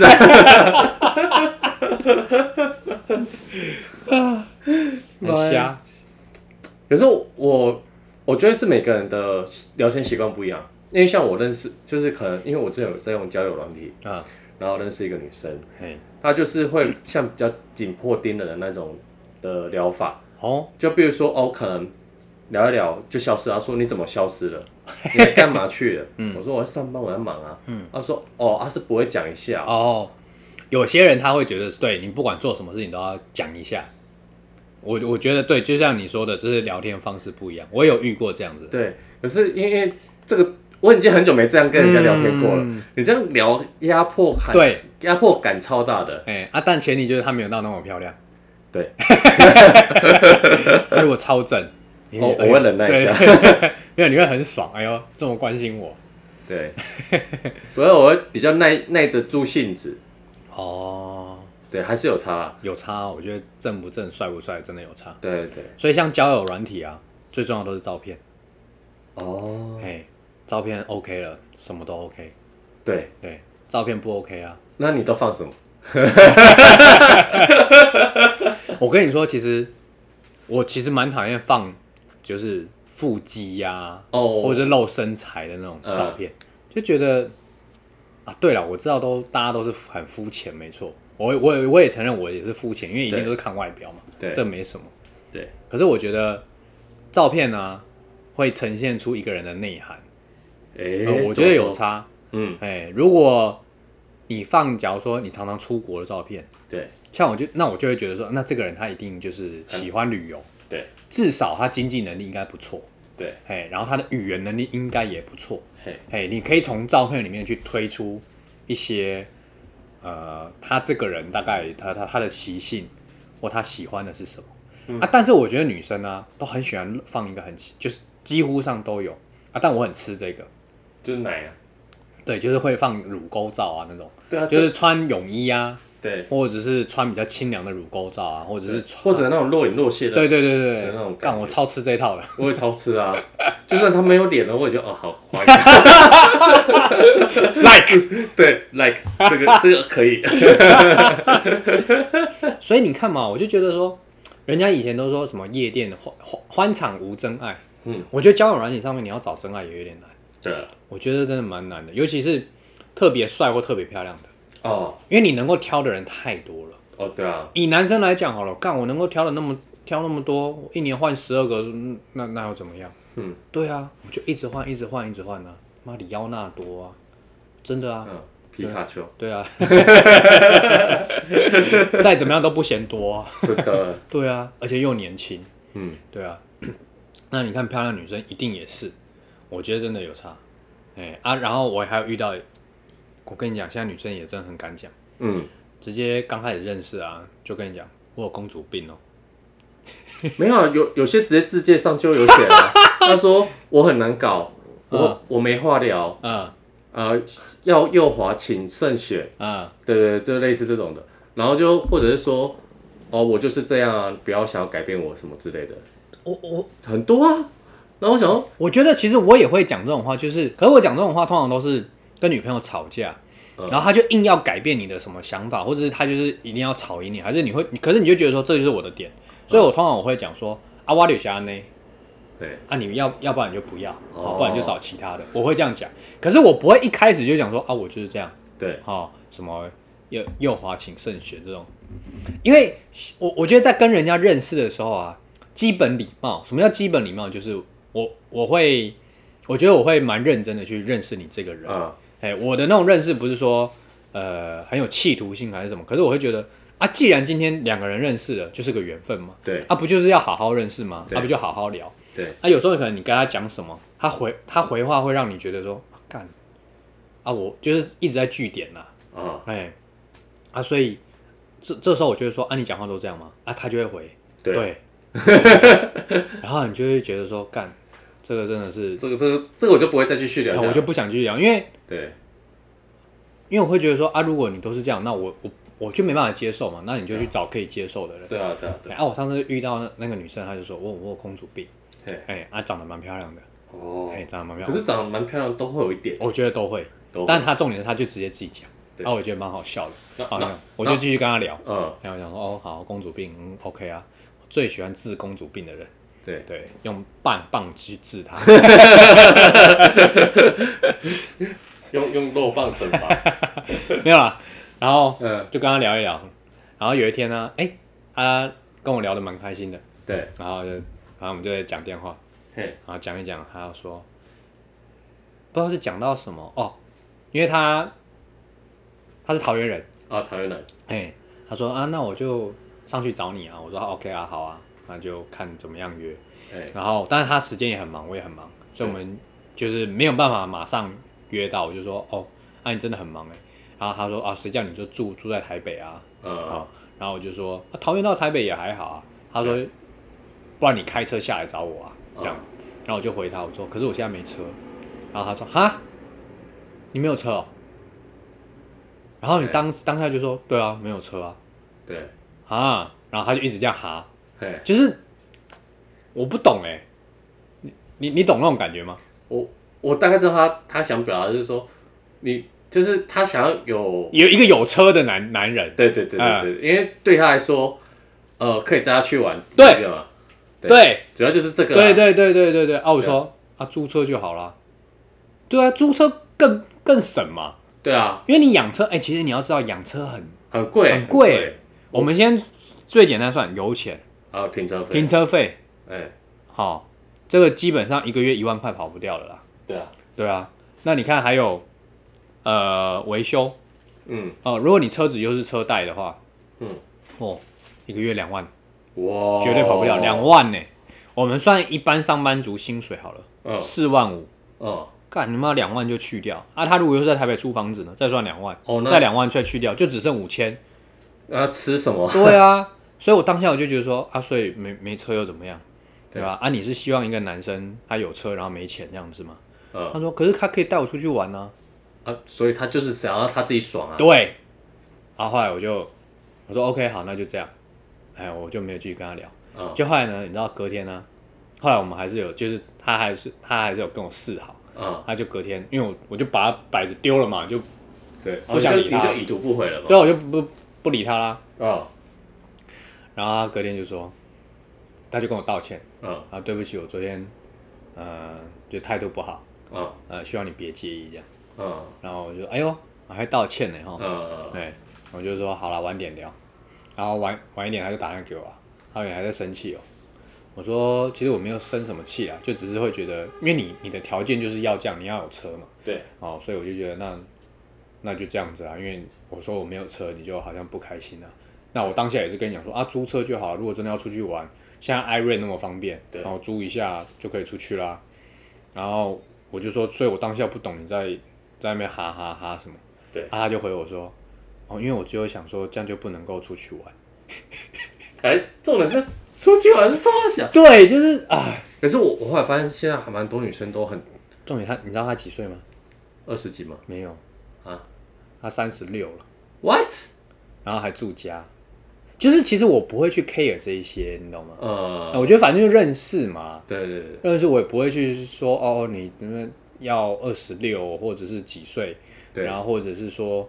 [SPEAKER 2] 吃的，
[SPEAKER 1] 很瞎。
[SPEAKER 2] 可是我我觉得是每个人的聊天习惯不一样，因为像我认识，就是可能因为我之前有在用交友软体，
[SPEAKER 1] 啊，
[SPEAKER 2] 然后认识一个女生，
[SPEAKER 1] 嘿，
[SPEAKER 2] 她就是会像比较紧迫盯人的那种的疗法，
[SPEAKER 1] 哦，
[SPEAKER 2] 就比如说哦，可能聊一聊就消失了，她说你怎么消失了？你来干嘛 去了？
[SPEAKER 1] 嗯
[SPEAKER 2] 我说我在上班，我在忙啊。她说哦，她是不会讲一下哦、
[SPEAKER 1] 哦，有些人他会觉得，对你不管做什么事情都要讲一下。我我觉得对，就像你说的，就是聊天方式不一样。我有遇过这样子，
[SPEAKER 2] 对，可是因为因为这个，我已经很久没这样跟人家聊天过了。
[SPEAKER 1] 嗯
[SPEAKER 2] 你这样聊压迫感，
[SPEAKER 1] 对，
[SPEAKER 2] 压迫感超大的。
[SPEAKER 1] 哎、啊，但前提就是她没有到那么漂亮。
[SPEAKER 2] 对，
[SPEAKER 1] 哎，我超正，你
[SPEAKER 2] 哦我
[SPEAKER 1] 哎
[SPEAKER 2] 我会忍耐一下
[SPEAKER 1] 对 没有，你会很爽。哎呦，这么关心我，
[SPEAKER 2] 对， 不过我会比较耐耐得住性子，
[SPEAKER 1] 哦，
[SPEAKER 2] 对，还是有差啦。
[SPEAKER 1] 有差哦，我觉得正不正、帅不帅，真的有差。
[SPEAKER 2] 对对对，
[SPEAKER 1] 所以像交友软体啊，最重要都是照片。
[SPEAKER 2] 哦，
[SPEAKER 1] 哎、照片 OK 了，什么都 OK。
[SPEAKER 2] 对，
[SPEAKER 1] 对，照片不 OK 啊。
[SPEAKER 2] 那你都放什么？
[SPEAKER 1] 我跟你说，其实我其实蛮讨厌放就是腹肌呀、
[SPEAKER 2] 哦，
[SPEAKER 1] 或者是露身材的那种
[SPEAKER 2] 嗯
[SPEAKER 1] 照片，就觉得啊，对了，我知道都大家都是很肤浅，没错，我我也我也承认我也是肤浅，因为一定
[SPEAKER 2] 对
[SPEAKER 1] 都是看外表嘛，
[SPEAKER 2] 对
[SPEAKER 1] 这没什么。
[SPEAKER 2] 对，
[SPEAKER 1] 可是我觉得照片呢、会呈现出一个人的内涵，
[SPEAKER 2] 哎、
[SPEAKER 1] 呃我觉得有
[SPEAKER 2] 怎么说，
[SPEAKER 1] 差。
[SPEAKER 2] 嗯，
[SPEAKER 1] 哎、如果你放，假如说你常常出国的照片，
[SPEAKER 2] 对
[SPEAKER 1] 像我就那我就会觉得说，那这个人他一定就是喜欢旅游，
[SPEAKER 2] 嗯对
[SPEAKER 1] 至少他经济能力应该不错，
[SPEAKER 2] 对，
[SPEAKER 1] 哎，然后他的语言能力应该也不错，
[SPEAKER 2] 嘿，
[SPEAKER 1] 哎，你可以从照片里面去推出一些，呃，他这个人大概他他他的习性或他喜欢的是什么、
[SPEAKER 2] 嗯
[SPEAKER 1] 啊？但是我觉得女生啊都很喜欢放一个很奇就是几乎上都有啊，但我很吃这个，
[SPEAKER 2] 就是奶啊，
[SPEAKER 1] 对，就是会放乳沟照啊那种，
[SPEAKER 2] 对啊，
[SPEAKER 1] 就
[SPEAKER 2] 就是
[SPEAKER 1] 是穿泳衣啊，
[SPEAKER 2] 对，
[SPEAKER 1] 或者是穿比较清凉的乳沟照啊，或者是穿
[SPEAKER 2] 或者那种若隐若现的，
[SPEAKER 1] 对对对对
[SPEAKER 2] 的那种感觉
[SPEAKER 1] 干我超吃这一套的。
[SPEAKER 2] 我也超吃啊， 就算他没有脸了，我也觉得哦，好怀念。
[SPEAKER 1] like，
[SPEAKER 2] 对，like 这个 这个可以，
[SPEAKER 1] 所以你看嘛，我就觉得说，人家以前都说什么夜店欢欢欢场无真爱，
[SPEAKER 2] 嗯，
[SPEAKER 1] 我觉得交友软体上面你要找真爱也有点难，
[SPEAKER 2] 对啊，
[SPEAKER 1] 我觉得真的蛮难的，尤其是特别帅或特别漂亮的，
[SPEAKER 2] 哦
[SPEAKER 1] 因为你能够挑的人太多了。
[SPEAKER 2] 哦，对啊，
[SPEAKER 1] 以男生来讲好了，干我能够挑的那么挑那么多，我一年换十二个，嗯那那又怎么样？
[SPEAKER 2] 嗯，
[SPEAKER 1] 对啊，我就一直换，一直换，一直换啊！妈，里奥纳多啊，真的啊，
[SPEAKER 2] 嗯，皮卡丘，
[SPEAKER 1] 对啊， 再怎么样都不嫌多、啊，
[SPEAKER 2] 真的，
[SPEAKER 1] 对啊，而且又年轻，
[SPEAKER 2] 嗯，
[SPEAKER 1] 对啊。 那你看漂亮女生一定也是，我觉得真的有差，哎、啊，然后我还有遇到，我跟你讲，现在女生也真的很敢讲，
[SPEAKER 2] 嗯，
[SPEAKER 1] 直接刚开始认识啊，就跟你讲我有公主病哦、
[SPEAKER 2] 没有啊，有有些直接字界上就有写 了，他说我很难搞，
[SPEAKER 1] 嗯
[SPEAKER 2] 我我没话聊，呃，要右滑请慎选，
[SPEAKER 1] 嗯嗯，
[SPEAKER 2] 对对，对就类似这种的，然后就或者是说，哦，我就是这样啊，不要想要改变我什么之类的，
[SPEAKER 1] 我我
[SPEAKER 2] 很多啊，然后我想说，
[SPEAKER 1] 我觉得其实我也会讲这种话，就是，可是我讲这种话通常都是跟女朋友吵架，
[SPEAKER 2] 嗯
[SPEAKER 1] 然后她就硬要改变你的什么想法，或者是她就是一定要吵赢你，还是你会，可是你就觉得说这就是我的点，所以我通常我会讲说啊，我柳霞呢，
[SPEAKER 2] 对，
[SPEAKER 1] 啊，你要要不然你就不要，
[SPEAKER 2] 哦
[SPEAKER 1] 好，不然就找其他的，我会这样讲，可是我不会一开始就讲说啊，我就是这样，
[SPEAKER 2] 对，
[SPEAKER 1] 哦，什么右右滑请慎选这种，因为我我觉得在跟人家认识的时候啊，基本礼貌，什么叫基本礼貌？就是我我会，我觉得我会蛮认真的去认识你这个人。
[SPEAKER 2] 啊，
[SPEAKER 1] 哎、我的那种认识不是说呃很有企图性还是什么，可是我会觉得啊，既然今天两个人认识了，就是个缘分嘛。
[SPEAKER 2] 对
[SPEAKER 1] 啊，不就是要好好认识吗？
[SPEAKER 2] 对
[SPEAKER 1] 啊，不就好好聊？
[SPEAKER 2] 对，
[SPEAKER 1] 啊，有时候可能你跟他讲什么，他回他回话会让你觉得说，啊干啊，我就是一直在据点啦，
[SPEAKER 2] 啊，
[SPEAKER 1] 哎啊，所以这这时候我就会说，啊，你讲话都这样吗？啊，他就会回，
[SPEAKER 2] 对，
[SPEAKER 1] 然后你就会觉得说，干这个真的是，
[SPEAKER 2] 这个这个这个我就不会再继续聊
[SPEAKER 1] 哎
[SPEAKER 2] 下去，
[SPEAKER 1] 我就不想继续聊，因为
[SPEAKER 2] 对
[SPEAKER 1] 因为我会觉得说，啊，如果你都是这样，那我我我就没办法接受嘛，那你就去找可以接受的人。
[SPEAKER 2] 对啊对啊对
[SPEAKER 1] 哎
[SPEAKER 2] 啊，
[SPEAKER 1] 啊，我上次遇到那那个女生，她就说我我有公主病，
[SPEAKER 2] 对，
[SPEAKER 1] 哎，啊，长得蛮漂亮的，
[SPEAKER 2] 哦，
[SPEAKER 1] 哎，长得蛮漂
[SPEAKER 2] 可
[SPEAKER 1] 亮，
[SPEAKER 2] 是长得蛮漂亮，都会有一点，
[SPEAKER 1] 我觉得都会，
[SPEAKER 2] 都
[SPEAKER 1] 但她重点是她就直接自己讲，
[SPEAKER 2] 对
[SPEAKER 1] 啊，我觉得蛮好 笑的，
[SPEAKER 2] 那
[SPEAKER 1] 好
[SPEAKER 2] 那
[SPEAKER 1] 像我就继续跟她聊，
[SPEAKER 2] 嗯，
[SPEAKER 1] 然后我想说，哦，好，公主病，嗯，OK 啊，我最喜欢治公主病的人，
[SPEAKER 2] 对，
[SPEAKER 1] 对，用棒棒去治 他。
[SPEAKER 2] 用用肉棒 惩罚，
[SPEAKER 1] 没有啦，然后
[SPEAKER 2] 嗯，
[SPEAKER 1] 就跟他聊一聊，然后有一天呢、哎、他跟我聊得蛮开心的，
[SPEAKER 2] 对，
[SPEAKER 1] 然后就，然后我们就在讲电话，
[SPEAKER 2] 嘿，
[SPEAKER 1] 然后讲一讲，他要说，不知道是讲到什么哦，因为他他是桃园人，
[SPEAKER 2] 啊，桃园人，
[SPEAKER 1] 哎，他说啊，那我就上去找你啊，我说啊 OK 啊，好啊，那就看怎么样约，
[SPEAKER 2] 哎，
[SPEAKER 1] 然后但是他时间也很忙，我也很忙，所以我们就是没有办法马上约到，我就说哦，那、你真的很忙哎，然后他说啊，谁叫你就住住在台北啊，
[SPEAKER 2] 呃，
[SPEAKER 1] 啊，然后我就说、啊、桃园到台北也还好啊。他说，不然你开车下来找我啊，这样。
[SPEAKER 2] 哦
[SPEAKER 1] 然后我就回他，我说可是我现在没车。然后他说哈，你没有车哦。然后你
[SPEAKER 2] 对
[SPEAKER 1] 当当下就说对啊，没有车啊
[SPEAKER 2] 对，
[SPEAKER 1] 啊。然后他就一直这样哈，
[SPEAKER 2] 嘿，
[SPEAKER 1] 就是我不懂哎、你你你懂那种感觉吗？
[SPEAKER 2] 我我大概知道他他想表达就是说，你就是他想要有，
[SPEAKER 1] 有一个有车的男男人，
[SPEAKER 2] 对对对对
[SPEAKER 1] 嗯
[SPEAKER 2] 对，因为对他来说，呃，可以带他去玩，
[SPEAKER 1] 对
[SPEAKER 2] 这个嘛，对
[SPEAKER 1] 对
[SPEAKER 2] 主要就是这个，啊
[SPEAKER 1] 对，对对对对对。啊，我说啊，租车就好啦。对啊，租车更更省嘛。
[SPEAKER 2] 对啊，
[SPEAKER 1] 因为你养车，哎、其实你要知道养车很，
[SPEAKER 2] 很贵，
[SPEAKER 1] 很贵，我们先最简单算油钱、
[SPEAKER 2] 还有停车费，
[SPEAKER 1] 停，车费，
[SPEAKER 2] 哎，
[SPEAKER 1] 好、这个基本上一个月一万块跑不掉了啦。
[SPEAKER 2] 对啊，
[SPEAKER 1] 对啊，那你看还有呃维修
[SPEAKER 2] 嗯，
[SPEAKER 1] 哦、如果你车子又是车贷的话，
[SPEAKER 2] 嗯，哦
[SPEAKER 1] 哦，一个月两万，
[SPEAKER 2] 哇，
[SPEAKER 1] 绝对跑不了，两、，万呢、我们算一般上班族薪水好了，
[SPEAKER 2] 嗯
[SPEAKER 1] 四、万五。
[SPEAKER 2] 嗯，
[SPEAKER 1] 干你妈两万就去掉啊！他如果又是在台北租房子呢，再算两万，
[SPEAKER 2] 哦那
[SPEAKER 1] 再两万再去掉，就只剩五千。
[SPEAKER 2] 那要吃什么？
[SPEAKER 1] 对啊，所以我当下我就觉得说啊，所以没没车又怎么样，对吧？啊，你是希望一个男生他有车然后没钱这样子吗？
[SPEAKER 2] 嗯
[SPEAKER 1] 他说，可是他可以带我出去玩呢、
[SPEAKER 2] 啊，所以他就是想要他自己爽啊，
[SPEAKER 1] 对，然后后来我就我说 OK 好，那就这样，哎，我就没有继续跟他聊。
[SPEAKER 2] 嗯
[SPEAKER 1] 就后来呢，你知道隔天呢、后来我们还是有，就是他还是他还是有跟我示好，
[SPEAKER 2] 嗯，
[SPEAKER 1] 他就隔天，因为我我就把他摆着丢了嘛，就
[SPEAKER 2] 对，
[SPEAKER 1] 不想
[SPEAKER 2] 哦
[SPEAKER 1] 理
[SPEAKER 2] 你就
[SPEAKER 1] 他
[SPEAKER 2] 你就已读不回了嘛，
[SPEAKER 1] 对啊，我就不不理他啦。
[SPEAKER 2] 嗯
[SPEAKER 1] 然后他隔天就说，他就跟我道歉。
[SPEAKER 2] 嗯
[SPEAKER 1] 啊，对不起，我昨天，呃，就态度不好，
[SPEAKER 2] 嗯
[SPEAKER 1] 呃，希望你别介意这样。
[SPEAKER 2] 嗯
[SPEAKER 1] 然后我就，哎呦，我还道歉呢哈。
[SPEAKER 2] 嗯嗯，
[SPEAKER 1] 对，我就说好了，晚点聊。然后晚晚一点他就打电话给我了，他说你还在生气哦。我说其实我没有生什么气啊，就只是会觉得，因为你你的条件就是要这样，你要有车嘛，
[SPEAKER 2] 对，
[SPEAKER 1] 哦，所以我就觉得那那就这样子啊，因为我说我没有车，你就好像不开心啊。那我当下也是跟你讲说啊，租车就好了，如果真的要出去玩，现在 iRent 那么方便，
[SPEAKER 2] 对
[SPEAKER 1] 然后租一下就可以出去啦。然后我就说，所以我当下不懂你在在那边哈哈哈什么，
[SPEAKER 2] 对
[SPEAKER 1] 啊，他就回我说，哦，因为我只有想说这样就不能够出去玩。
[SPEAKER 2] 哎，重点是出去玩是超小，
[SPEAKER 1] 对，就是啊，
[SPEAKER 2] 可是我我后来发现现在还蛮多女生都很
[SPEAKER 1] 重点他，你知道他几岁吗？
[SPEAKER 2] 二十几嘛
[SPEAKER 1] 没有，
[SPEAKER 2] 啊
[SPEAKER 1] 他三十六了。
[SPEAKER 2] ，what？
[SPEAKER 1] 然后还住家，就是其实我不会去 care 这一些，你懂吗？
[SPEAKER 2] 呃，
[SPEAKER 1] 我觉得反正就认识嘛，
[SPEAKER 2] 对对对，
[SPEAKER 1] 认识我也不会去说哦，你们要二十六或者是几岁，
[SPEAKER 2] 对
[SPEAKER 1] 然后或者是说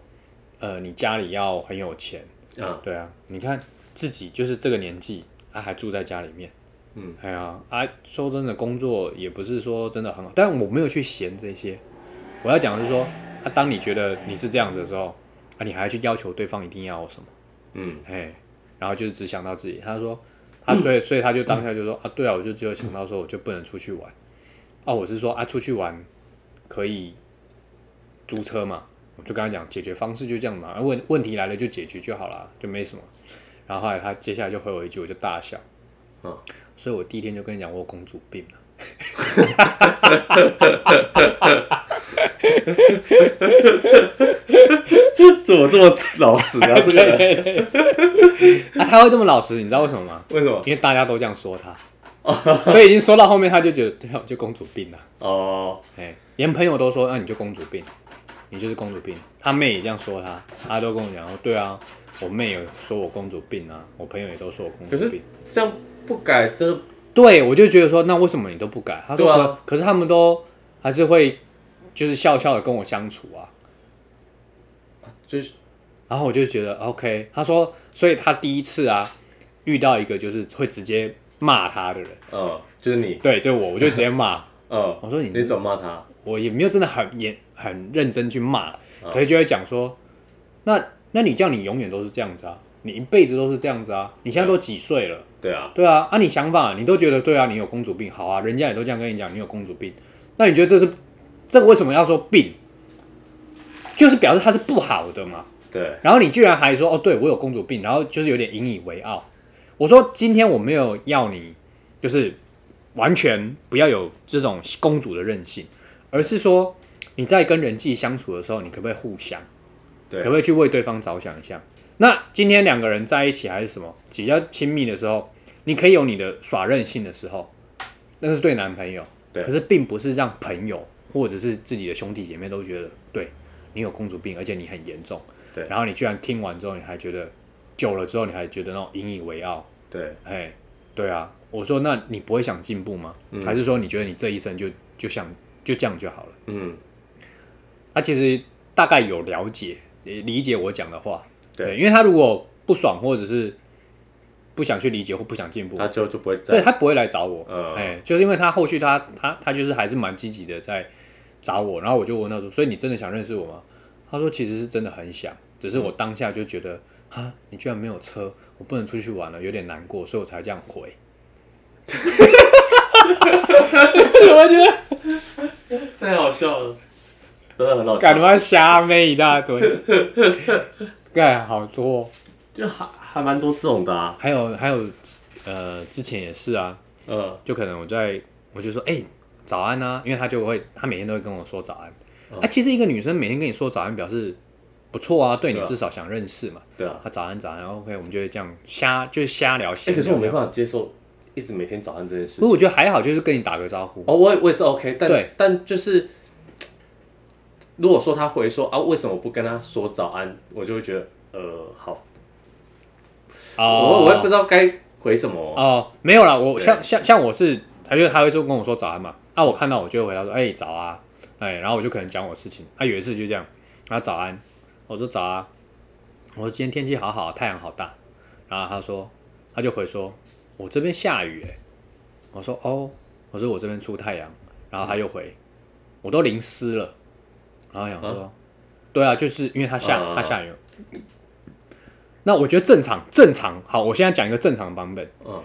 [SPEAKER 1] 呃你家里要很有钱，
[SPEAKER 2] 嗯
[SPEAKER 1] 对啊，你看自己就是这个年纪，啊还住在家里面，
[SPEAKER 2] 嗯，
[SPEAKER 1] 哎呀啊，说真的，工作也不是说真的很好，但我没有去嫌这些，我要讲的是说，啊当你觉得你是这样子的时候，啊你还去要求对方一定要什么。
[SPEAKER 2] 嗯
[SPEAKER 1] 嘿，然后就是只想到自己。他说，他所以所以他就当下就说、啊，对啊，我就只有想到说我就不能出去玩。啊，我是说啊，出去玩可以租车嘛？我就跟他讲，解决方式就这样嘛，啊问问题来了就解决就好啦，就没什么。然后后来他接下来就回我一句，我就大笑。
[SPEAKER 2] 嗯，
[SPEAKER 1] 所以我第一天就跟你讲，我有公主病了。
[SPEAKER 2] 怎么这么老实 啊？这个人
[SPEAKER 1] 啊，他会这么老实，你知道为什么吗？
[SPEAKER 2] 为什么？
[SPEAKER 1] 因为大家都这样说他，所以已经说到后面，他就觉得对啊，我就公主病了。
[SPEAKER 2] 哦，
[SPEAKER 1] 哎，连朋友都说，那、啊你就公主病，你就是公主病。他妹也这样说他，他都跟我讲说，对啊，我妹有说我公主病啊，我朋友也都说我公
[SPEAKER 2] 可
[SPEAKER 1] 主
[SPEAKER 2] 是
[SPEAKER 1] 病。
[SPEAKER 2] 这样不改真的
[SPEAKER 1] 对，我就觉得说，那为什么你都不改？他说，
[SPEAKER 2] 对啊
[SPEAKER 1] 可可是他们都还是会就是笑笑的跟我相处啊。
[SPEAKER 2] 就是
[SPEAKER 1] 然后我就觉得 OK，他说，所以他第一次啊遇到一个就是会直接骂他的人。
[SPEAKER 2] 呃，就是你，
[SPEAKER 1] 对，就我，我就直接骂，
[SPEAKER 2] 呃，
[SPEAKER 1] 我说你
[SPEAKER 2] 你怎么骂他？
[SPEAKER 1] 我也没有真的很也很认真去骂，可是就会讲说，那那你这样，你永远都是这样子啊，你一辈子都是这样子啊，你现在都几岁了？
[SPEAKER 2] 对啊，
[SPEAKER 1] 对啊，啊，你想法你都觉得对啊，你有公主病，好啊，人家也都这样跟你讲，你有公主病，那你觉得这是这个为什么要说病？就是表示它是不好的嘛。
[SPEAKER 2] 对，
[SPEAKER 1] 然后你居然还说哦，对我有公主病，然后就是有点引以为傲。我说今天我没有要你，就是完全不要有这种公主的任性，而是说你在跟人际相处的时候，你可不可以互相，
[SPEAKER 2] 对
[SPEAKER 1] 可不可以去为对方着想一下？那今天两个人在一起还是什么比较亲密的时候，你可以有你的耍任性的时候，那是对男朋友，
[SPEAKER 2] 对
[SPEAKER 1] 可是并不是让朋友或者是自己的兄弟姐妹都觉得对你有公主病，而且你很严重。
[SPEAKER 2] 对
[SPEAKER 1] 然后你居然听完之后，你还觉得久了之后，你还觉得那种引以为傲，
[SPEAKER 2] 对，
[SPEAKER 1] 哎，对啊，我说那你不会想进步吗？还是说你觉得你这一生就就想就这样就好了？
[SPEAKER 2] 嗯，
[SPEAKER 1] 他其实大概有了解也理解我讲的话，
[SPEAKER 2] 对
[SPEAKER 1] 因为他如果不爽或者是不想去理解或不想进步，
[SPEAKER 2] 他就就不会
[SPEAKER 1] 对
[SPEAKER 2] 再，
[SPEAKER 1] 他不会来找我，
[SPEAKER 2] 嗯
[SPEAKER 1] 哎，就是因为他后续他他他就是还是蛮积极的在找我，然后我就问他说，所以你真的想认识我吗？他说其实是真的很想，只是我当下就觉得啊，你居然没有车，我不能出去玩了，有点难过，所以我才这样回。我觉得
[SPEAKER 2] 太好笑了，真的很好
[SPEAKER 1] 干他，
[SPEAKER 2] 笑
[SPEAKER 1] 妈瞎妹一大 堆，干好多哦，
[SPEAKER 2] 就还还蛮多这种的啊，
[SPEAKER 1] 还有还有呃，之前也是啊，
[SPEAKER 2] 呃，
[SPEAKER 1] 就可能我在我就说哎、早安啊，因为他就会他每天都会跟我说早安。哎、
[SPEAKER 2] 嗯
[SPEAKER 1] 其实一个女生每天跟你说早安，表示不错啊，对你
[SPEAKER 2] 对啊
[SPEAKER 1] 至少想认识嘛。
[SPEAKER 2] 对啊，
[SPEAKER 1] 她早安早安，OK，我们就会这样瞎就是瞎聊闲
[SPEAKER 2] 哎，
[SPEAKER 1] 聊。
[SPEAKER 2] 可是我没办法接受一直每天早上这件
[SPEAKER 1] 不
[SPEAKER 2] 事情，
[SPEAKER 1] 过我觉得还好，就是跟你打个招呼。
[SPEAKER 2] 哦，我也我也是 OK，但
[SPEAKER 1] 对
[SPEAKER 2] 但就是。如果说他回说啊，为什么不跟他说早安？我就会觉得，呃，好，我我也不知道该回什么。
[SPEAKER 1] 哦，没有啦，我
[SPEAKER 2] 对
[SPEAKER 1] 像像像我是，他就他会说跟我说早安嘛，啊，我看到我就会回答说，哎、早啊，哎、然后我就可能讲我事情，啊，有一次就这样，啊，早安，我说早啊，我说今天天气好好，太阳好大，然后他说，他就回说，我这边下雨、欸，我说哦，我说我这边出太阳，然后他又回，我都淋湿了，然后想说，对啊，就是因为他下、
[SPEAKER 2] 嗯嗯嗯
[SPEAKER 1] 他下雨了，那我觉得正常正常，好，我现在讲一个正常版本。
[SPEAKER 2] 嗯，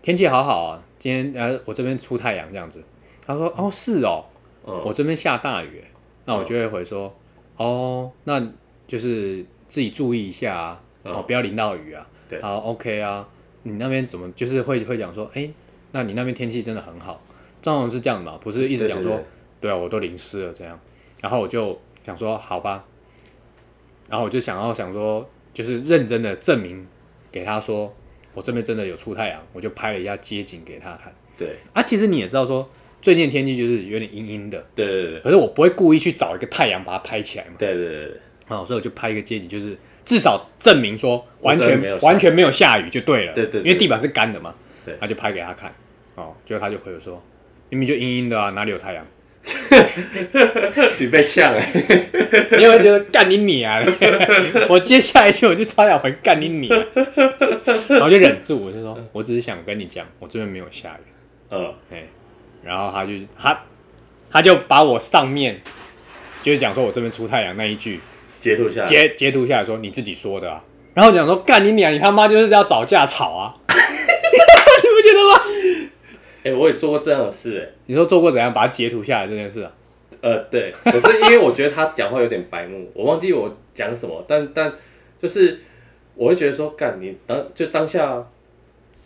[SPEAKER 1] 天气好好啊，今天呃我这边出太阳这样子。他说哦是哦，
[SPEAKER 2] 嗯
[SPEAKER 1] 我这边下大雨欸，那我就会回说哦，那就是自己注意一下啊，
[SPEAKER 2] 嗯
[SPEAKER 1] 哦不要淋到雨啊。
[SPEAKER 2] 对
[SPEAKER 1] 好 OK 啊，你那边怎么就是会会讲说，哎、那你那边天气真的很好，通常是这样嘛，不是一直讲说
[SPEAKER 2] 对对对
[SPEAKER 1] 对啊，我都淋湿了这样，然后我就想说好吧，然后我就想要想说，就是认真的证明给他说，我这边真的有出太阳，我就拍了一下街景给他看。
[SPEAKER 2] 对
[SPEAKER 1] 啊，其实你也知道说，最近天气就是有点阴阴的，
[SPEAKER 2] 对对对
[SPEAKER 1] 可是我不会故意去找一个太阳把它拍起来嘛，
[SPEAKER 2] 对对对对，
[SPEAKER 1] 啊，所以我就拍一个街景，就是至少证明说完
[SPEAKER 2] 我真的没有
[SPEAKER 1] 全
[SPEAKER 2] 下雨
[SPEAKER 1] 完全没有下雨就对了，
[SPEAKER 2] 对对对
[SPEAKER 1] 因为地板是干的嘛，
[SPEAKER 2] 对
[SPEAKER 1] 他就拍给他看，哦，结果他就回我说，明明就阴阴的啊，哪里有太阳？
[SPEAKER 2] 你被呛哎、
[SPEAKER 1] 你有没有觉得干你你 啊？我接下来一句我就超想回干你你、然后就忍住，我就说，我只是想跟你讲，我这边没有下雨。
[SPEAKER 2] 嗯，
[SPEAKER 1] 哎，然后他就他他就把我上面就是讲说我这边出太阳那一句
[SPEAKER 2] 截图下来，
[SPEAKER 1] 截截图下来说你自己说的啊，然后我讲说干你娘，你他妈就是要找架吵啊， 你不觉得吗？
[SPEAKER 2] 哎、我也做过这样的事哎、
[SPEAKER 1] 你说做过怎样把它截图下来这件事啊？
[SPEAKER 2] 呃，对，可是因为我觉得他讲话有点白目，我忘记我讲什么，但但就是我会觉得说，干你当就当下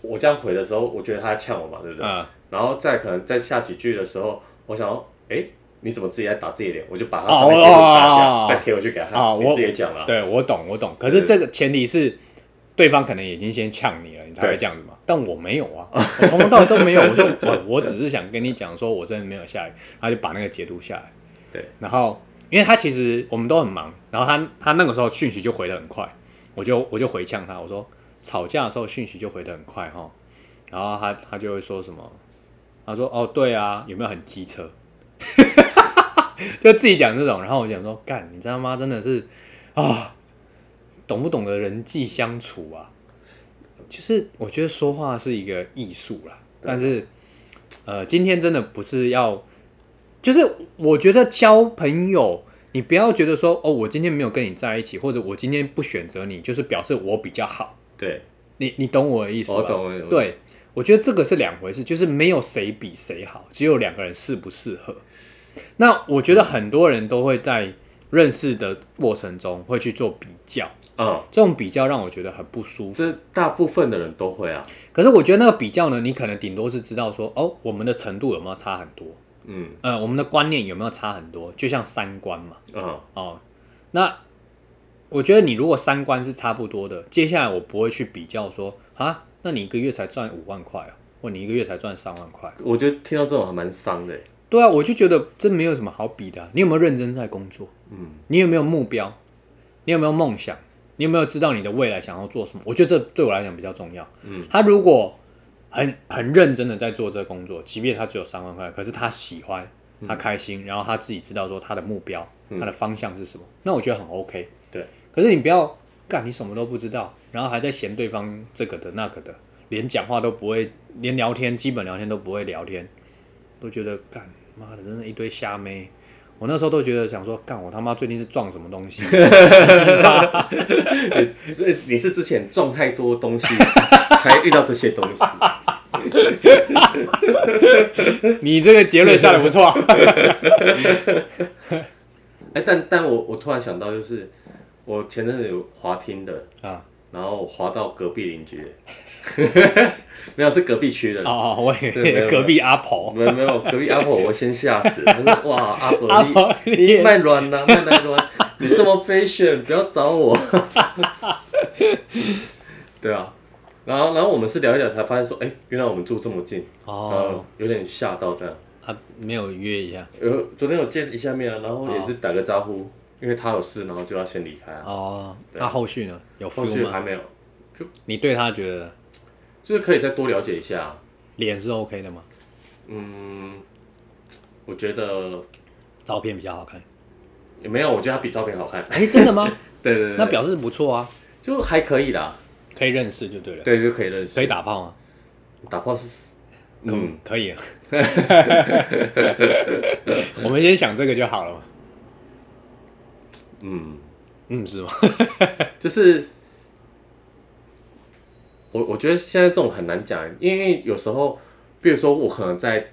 [SPEAKER 2] 我这样回的时候，我觉得他在呛我嘛，对不对？
[SPEAKER 1] 嗯，
[SPEAKER 2] 然后再可能再下几句的时候，我想说，哎、你怎么自己在打自己脸？我就把他上面截图打下，
[SPEAKER 1] 哦哦哦哦
[SPEAKER 2] 再贴回去给他，
[SPEAKER 1] 哦
[SPEAKER 2] 你
[SPEAKER 1] 我
[SPEAKER 2] 自己也讲了啊，
[SPEAKER 1] 对我懂我懂，可是这个前提是。对方可能已经先呛你了，你才会
[SPEAKER 2] 对
[SPEAKER 1] 这样子嘛。但我没有 啊，我从头到尾都没有。我说我我只是想跟你讲，说我真的没有下雨，然后就把那个截图下来。
[SPEAKER 2] 对，
[SPEAKER 1] 然后因为他其实我们都很忙，然后他他那个时候讯息就回的很快，我就我就回呛他，我说吵架的时候讯息就回的很快哈，然后他他就会说什么，他说哦对啊，有没有很机车， 就自己讲这种，然后我就想说干，你知道吗？真的是啊，懂不懂得人际相处啊？就是我觉得说话是一个艺术啦，
[SPEAKER 2] 啊
[SPEAKER 1] 但是呃，今天真的不是要，就是我觉得交朋友，你不要觉得说哦，我今天没有跟你在一起，或者我今天不选择你，就是表示我比较好。
[SPEAKER 2] 对，
[SPEAKER 1] 你你懂我的意思吧？
[SPEAKER 2] 我懂，我懂，
[SPEAKER 1] 对，我觉得这个是两回事，就是没有谁比谁好，只有两个人适不适合。那我觉得很多人都会在认识的过程中会去做比较，
[SPEAKER 2] 嗯，
[SPEAKER 1] 这种比较让我觉得很不舒服。
[SPEAKER 2] 这大部分的人都会啊，
[SPEAKER 1] 可是我觉得那个比较呢，你可能顶多是知道说，哦，我们的程度有没有差很多，
[SPEAKER 2] 嗯
[SPEAKER 1] 呃，我们的观念有没有差很多，就像三观嘛，
[SPEAKER 2] 嗯，
[SPEAKER 1] 哦，那我觉得你如果三观是差不多的，接下来我不会去比较说啊，那你一个月才赚五万块啊，或你一个月才赚三万块，
[SPEAKER 2] 我觉得听到这种还蛮伤的欸，
[SPEAKER 1] 对啊，我就觉得这没有什么好比的啊、你有没有认真在工作？
[SPEAKER 2] 嗯，
[SPEAKER 1] 你有没有目标？你有没有梦想？你有没有知道你的未来想要做什么？我觉得这对我来讲比较重要。
[SPEAKER 2] 嗯，
[SPEAKER 1] 他如果很很认真的在做这个工作，即便他只有三万块，可是他喜欢，
[SPEAKER 2] 嗯
[SPEAKER 1] 他开心，然后他自己知道说他的目标、他的方向是什么，那我觉得很 OK。
[SPEAKER 2] 对，
[SPEAKER 1] 可是你不要干，你什么都不知道，然后还在嫌对方这个的那个的，连讲话都不会，连聊天基本聊天都不会聊天，都觉得干妈的真的一堆瞎妹。我那时候都觉得想说，干我他妈最近是撞什么东西？
[SPEAKER 2] 所以你是之前撞太多东西才遇到这些东 西，
[SPEAKER 1] 你这个结论下的不 错。
[SPEAKER 2] 哎，但但我我突然想到，就是我前阵子有滑听的
[SPEAKER 1] 啊，
[SPEAKER 2] 然后滑到隔壁邻居的， 没有是隔壁区的，
[SPEAKER 1] 哦哦，我
[SPEAKER 2] 对没
[SPEAKER 1] 也
[SPEAKER 2] 有
[SPEAKER 1] 隔壁阿婆，
[SPEAKER 2] 没有没有，隔壁阿婆我先吓死 了。他说：“哇，阿
[SPEAKER 1] 阿
[SPEAKER 2] 婆
[SPEAKER 1] 婆
[SPEAKER 2] 你
[SPEAKER 1] 你也
[SPEAKER 2] 卖卵啦，卖卵卵，你这么 fashion，不要找我。”对啊，然后然后我们是聊一聊才发现说，哎、原来我们住这么近，
[SPEAKER 1] 哦
[SPEAKER 2] 呃，，有点吓到这样。
[SPEAKER 1] 他没有约一下
[SPEAKER 2] 呃，昨天有见一下面啊，然后也是打个招呼，因为他有事，然后就要先离开啊。
[SPEAKER 1] 哦。
[SPEAKER 2] 对
[SPEAKER 1] 那后续呢？有
[SPEAKER 2] 后续
[SPEAKER 1] feel
[SPEAKER 2] 还
[SPEAKER 1] 吗？
[SPEAKER 2] 没有，
[SPEAKER 1] 你对他觉得
[SPEAKER 2] 就是可以再多了解一下啊。
[SPEAKER 1] 脸是 OK 的吗？
[SPEAKER 2] 嗯，我觉得
[SPEAKER 1] 照片比较好看。
[SPEAKER 2] 也没有，我觉得他比照片好看。
[SPEAKER 1] 哎，真的吗？
[SPEAKER 2] 对 对对，
[SPEAKER 1] 那表示不错啊，
[SPEAKER 2] 就还可以啦，
[SPEAKER 1] 可以认识就对了。
[SPEAKER 2] 对，就可以认识。
[SPEAKER 1] 可以打炮吗？
[SPEAKER 2] 打炮是，
[SPEAKER 1] 嗯
[SPEAKER 2] 嗯，，
[SPEAKER 1] 可以。 我们先想这个就好了嘛。
[SPEAKER 2] 嗯，
[SPEAKER 1] 嗯，是吗？
[SPEAKER 2] 就是我我觉得现在这种很难讲，因为有时候，比如说我可能在